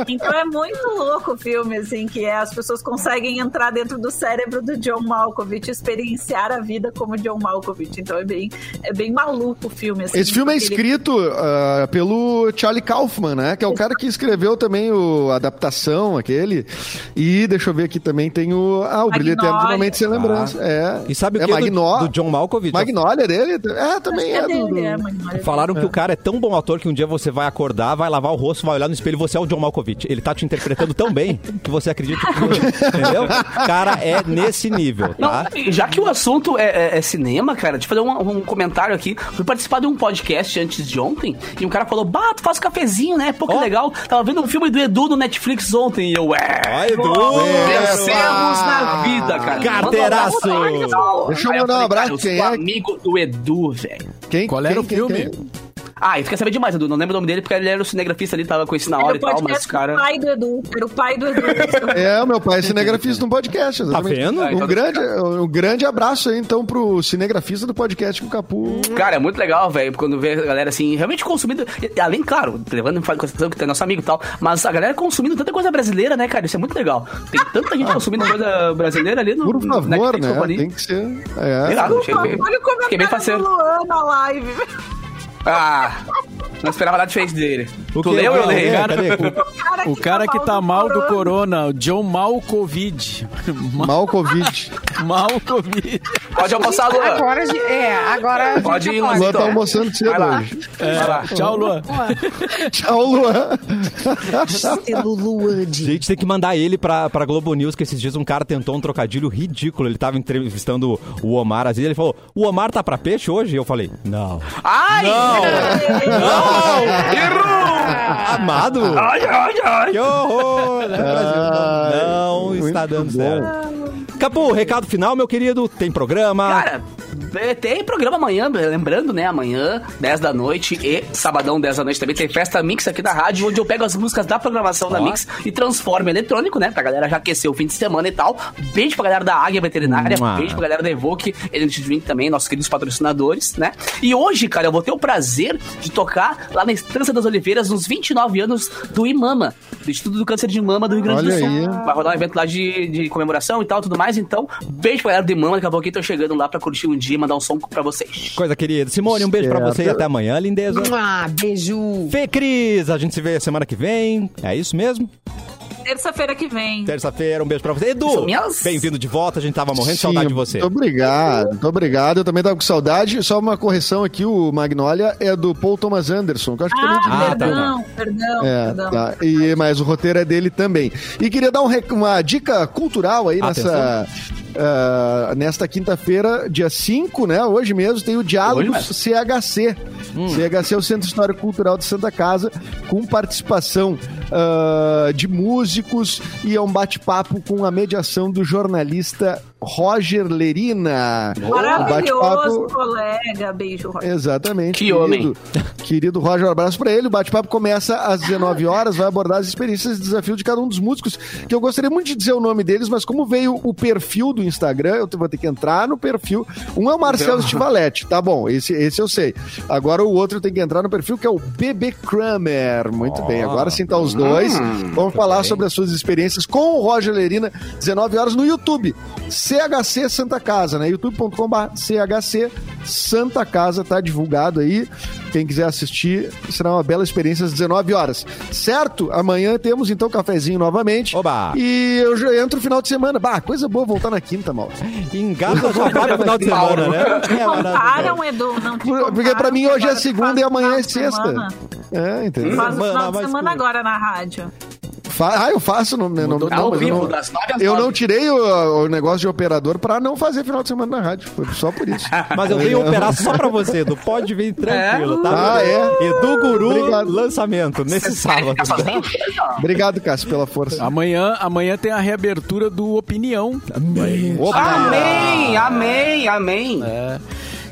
Speaker 5: Então é muito louco o filme, assim, que é, as pessoas conseguem entrar dentro do cérebro do John Malkovich, experienciar a vida como John Malkovich. Então é bem, é bem maluco o filme. Assim,
Speaker 3: Esse filme é
Speaker 5: porque ele-
Speaker 3: escrito ah, pelo Charlie Kaufman, né? Que é o cara que escreveu também o a adaptação, aquele. E deixa eu ver aqui também, tem o. Ah, o Brilho Eterno de Uma
Speaker 5: Magnolia.
Speaker 3: Mente Sem Lembrança. É.
Speaker 1: E sabe o
Speaker 3: é
Speaker 1: que é do-
Speaker 3: Magnó...
Speaker 1: do, John Malkovich?
Speaker 3: Magnólia dele? É, também é.
Speaker 5: É
Speaker 3: do-
Speaker 5: dele, é,
Speaker 3: do-
Speaker 5: Magnolia.
Speaker 1: Falaram que o cara é tão bom ator que um dia você vai acordar, vai lavar o rosto, vai olhar no espelho e você é o John Malkovich. Ele tá te interpretando tão bem que você acredita que Entendeu? O cara é nesse nível,
Speaker 2: Não,
Speaker 1: tá?
Speaker 2: e já que o assunto é, é- é cinema, cara, deixa eu fazer um, um comentário aqui. Fui participar de um podcast antes de ontem e um cara falou: Bah, tu faz cafezinho, né? Pô, que
Speaker 1: Ó.
Speaker 2: legal. Tava vendo um filme do Edu no Netflix ontem e eu, é.
Speaker 1: Ó, Edu!
Speaker 2: Vencemos na vida, cara.
Speaker 1: Carteiraço!
Speaker 2: Manda um abraço pra ele, pô.
Speaker 3: Deixa eu
Speaker 2: Aí
Speaker 3: mandar um
Speaker 2: falei,
Speaker 3: abraço,
Speaker 2: cara, eu
Speaker 3: quem
Speaker 2: sou
Speaker 3: é?
Speaker 2: amigo do Edu, velho.
Speaker 3: Quem,
Speaker 6: Qual era
Speaker 3: quem-
Speaker 6: o filme?
Speaker 3: quem-
Speaker 2: Ah, isso quer saber demais, Edu. Não lembro o nome dele porque ele era o cinegrafista ali, tava com isso na hora e tal, mas o cara.
Speaker 5: Era o pai é do Edu. Era o pai do Edu.
Speaker 3: É, meu pai é cinegrafista no podcast. Exatamente.
Speaker 1: Tá vendo?
Speaker 3: Um, grande, um grande abraço aí, então, pro cinegrafista do podcast com o Capu.
Speaker 2: Cara, é muito legal, velho, quando vê a galera assim, realmente consumindo. e, Além, claro, levando em consideração que é nosso amigo e tal, mas a galera consumindo tanta coisa brasileira, né, cara? Isso é muito legal. Tem tanta gente consumindo coisa brasileira ali no.
Speaker 3: Por favor,
Speaker 2: Netflix
Speaker 3: né?
Speaker 2: Company.
Speaker 3: Tem que ser. É.
Speaker 2: Sei lá, achei
Speaker 5: Olha
Speaker 2: bem-
Speaker 5: o comentário
Speaker 2: Fiquei bem parceiro.
Speaker 5: do Luan na live.
Speaker 2: Ah, não esperava nada diferente dele.
Speaker 1: O
Speaker 2: tu
Speaker 1: quê?
Speaker 2: leu, eu
Speaker 1: Não,
Speaker 2: leio.
Speaker 1: é,
Speaker 6: Cara,
Speaker 1: cadê?
Speaker 6: O cara que tá mal do corona, o John mal Covid. Ma-
Speaker 3: Mal Covid.
Speaker 6: Mal Covid.
Speaker 2: Pode almoçar, Luan.
Speaker 7: Agora, a gente- é, agora. a gente
Speaker 2: Pode ir,
Speaker 3: Luan
Speaker 7: aposta.
Speaker 3: tá almoçando
Speaker 2: Vai
Speaker 3: cedo
Speaker 2: lá.
Speaker 3: hoje.
Speaker 2: Vai lá.
Speaker 6: Tchau, Luan.
Speaker 3: Tchau, Luan.
Speaker 7: Selo Luan de
Speaker 1: Gente, tem que mandar ele pra, pra Globo News, que esses dias um cara tentou um trocadilho ridículo. Ele tava entrevistando o Omar Aziz, ele falou, o Omar tá pra peixe hoje? Eu falei, não.
Speaker 2: Ai!
Speaker 5: É,
Speaker 1: Não! Amado!
Speaker 2: Ai, ai, ai!
Speaker 1: Que horror! né, Brasil? Não,
Speaker 3: muito
Speaker 1: está dando
Speaker 3: bom.
Speaker 1: certo. Tá Capu, recado final, meu querido. Tem programa.
Speaker 2: Cara, é, tem programa amanhã, lembrando, né? Amanhã, 10 da noite e sabadão, 10 da noite também. Tem festa Mix aqui na rádio, onde eu pego as músicas da programação da Mix e transformo em eletrônico, né? Pra galera já aquecer o fim de semana e tal. Beijo pra galera da Águia Veterinária,
Speaker 1: Mua.
Speaker 2: beijo pra galera da Evoque, Energy Drink também, nossos queridos patrocinadores, né? E hoje, cara, eu vou ter o prazer de tocar lá na Estância das Oliveiras, nos 29 anos do IMAMA, do Instituto do Câncer de Mama do Rio Grande
Speaker 3: Olha
Speaker 2: do Sul.
Speaker 3: aí.
Speaker 2: Vai rodar um evento lá de, de comemoração e tal, tudo mais. Então, beijo pra galera de mama. Daqui a pouquinho tô chegando lá pra curtir um dia e mandar um som pra vocês.
Speaker 1: Coisa querida. Simone, um beijo pra
Speaker 3: Certo. Hum.
Speaker 1: você e até amanhã, lindeza.
Speaker 7: Ah, beijo.
Speaker 1: Fê Cris, a gente se vê semana que vem. É isso mesmo?
Speaker 5: Terça-feira que vem.
Speaker 1: Terça-feira, um beijo pra você.
Speaker 2: Isso
Speaker 1: Edu,
Speaker 2: mesmo.
Speaker 1: bem-vindo de volta. A gente tava morrendo de saudade de você.
Speaker 3: Muito obrigado, muito obrigado. Eu também tava com saudade. Só uma correção aqui: o Magnolia é do Paul Thomas Anderson, que eu acho que também
Speaker 1: Ah,
Speaker 5: Ah,
Speaker 1: tá, tá.
Speaker 5: perdão, perdão,
Speaker 3: É,
Speaker 5: perdão.
Speaker 3: tá. E, mas o roteiro é dele também. E queria dar um rec- uma dica cultural aí
Speaker 1: Atenção.
Speaker 3: nessa. ah, nesta quinta-feira, dia 5, né? Hoje mesmo, tem o Diálogos CHC. CHC é o Centro Histórico Cultural de Santa Casa, com participação ah, de músicos e é um bate-papo com a mediação do jornalista Roger Lerina. Um
Speaker 5: Maravilhoso,
Speaker 3: bate-papo-
Speaker 5: colega. Beijo, Roger.
Speaker 3: Exatamente.
Speaker 2: Que homem.
Speaker 3: Querido Roger, um abraço pra ele. O bate-papo começa às 19 horas, vai abordar as experiências e desafios de cada um dos músicos, que eu gostaria muito de dizer o nome deles, mas como veio o perfil do Instagram, eu vou ter que entrar no perfil. Um é o Marcelo
Speaker 2: Então.
Speaker 3: Stivaletti, tá bom, esse, esse eu sei. Agora o outro tem que entrar no perfil, que é o BB Kramer. Muito bem, agora
Speaker 2: Ah.
Speaker 3: sim tá os dois. Vamos falar sobre as suas experiências com o Roger Lerina, 19 horas no YouTube. CHC Santa Casa, né? youtube.com.br CHC Santa Casa, tá divulgado aí. Quem quiser assistir, será uma bela experiência às 19 horas. Certo? Amanhã temos então cafezinho novamente.
Speaker 1: Oba!
Speaker 3: E eu já entro no final de semana. Bah, coisa boa voltar na quinta, mal.
Speaker 1: Engata já vai pro final de semana,
Speaker 2: Paulo.
Speaker 1: né? É, maravilhoso.
Speaker 5: Comparam, Edu, não te
Speaker 3: Porque
Speaker 5: comparam,
Speaker 3: pra mim hoje é
Speaker 5: agora faz
Speaker 3: segunda e
Speaker 5: o
Speaker 3: amanhã é
Speaker 5: final de
Speaker 3: sexta.
Speaker 5: semana.
Speaker 3: É, entendeu?
Speaker 5: Faz o final
Speaker 1: Semana
Speaker 5: de
Speaker 1: mais
Speaker 5: semana
Speaker 1: curta.
Speaker 5: agora na rádio.
Speaker 3: Fa- Ah, eu faço no, no, no,
Speaker 2: Ao
Speaker 3: não, mas eu
Speaker 2: vivo,
Speaker 3: não-
Speaker 2: das nove às
Speaker 3: Eu
Speaker 2: nove.
Speaker 3: não tirei o, o negócio de operador pra não fazer final de semana na rádio. Foi só por isso.
Speaker 1: Mas eu vim operar só pra você, Edu. Pode vir tranquilo, tá?
Speaker 3: Ah, é?
Speaker 1: Edu Guru,
Speaker 3: Obrigado.
Speaker 1: lançamento, nesse sábado.
Speaker 3: né?
Speaker 2: Tá sozinho?
Speaker 3: Obrigado, Cássio, pela força.
Speaker 6: Amanhã, amanhã tem a reabertura do Opinião.
Speaker 2: Amém, amém, amém.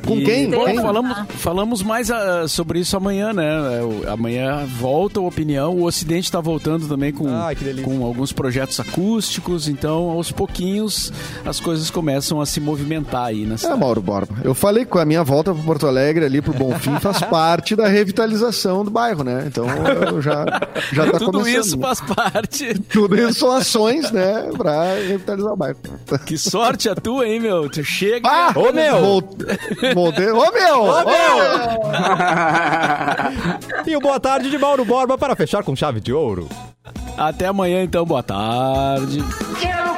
Speaker 3: Com
Speaker 6: E,
Speaker 3: quem?
Speaker 6: bom,
Speaker 3: Quem?
Speaker 6: falamos, falamos mais ah, sobre isso amanhã, né? O- Amanhã volta a opinião. O Ocidente está voltando também com,
Speaker 1: Ai, que delícia.
Speaker 6: com alguns projetos acústicos. Então, aos pouquinhos, as coisas começam a se movimentar aí nessa.
Speaker 3: É, Mauro Borba. Eu falei que a minha volta para Porto Alegre ali pro Bonfim faz parte da revitalização do bairro, né? Então eu já já tá
Speaker 6: Tudo
Speaker 3: começando.
Speaker 6: isso faz parte.
Speaker 3: Tudo isso são ações, né, para revitalizar o bairro.
Speaker 6: Que sorte a tua, hein, meu? Tu chega.
Speaker 3: Ah,
Speaker 1: Ô, meu!
Speaker 3: Volt... Voltei. Ô meu! Ô meu!
Speaker 1: E o boa tarde de Mauro Borba para fechar com chave de ouro.
Speaker 6: Até amanhã, então. Boa tarde.
Speaker 4: Eu
Speaker 1: É,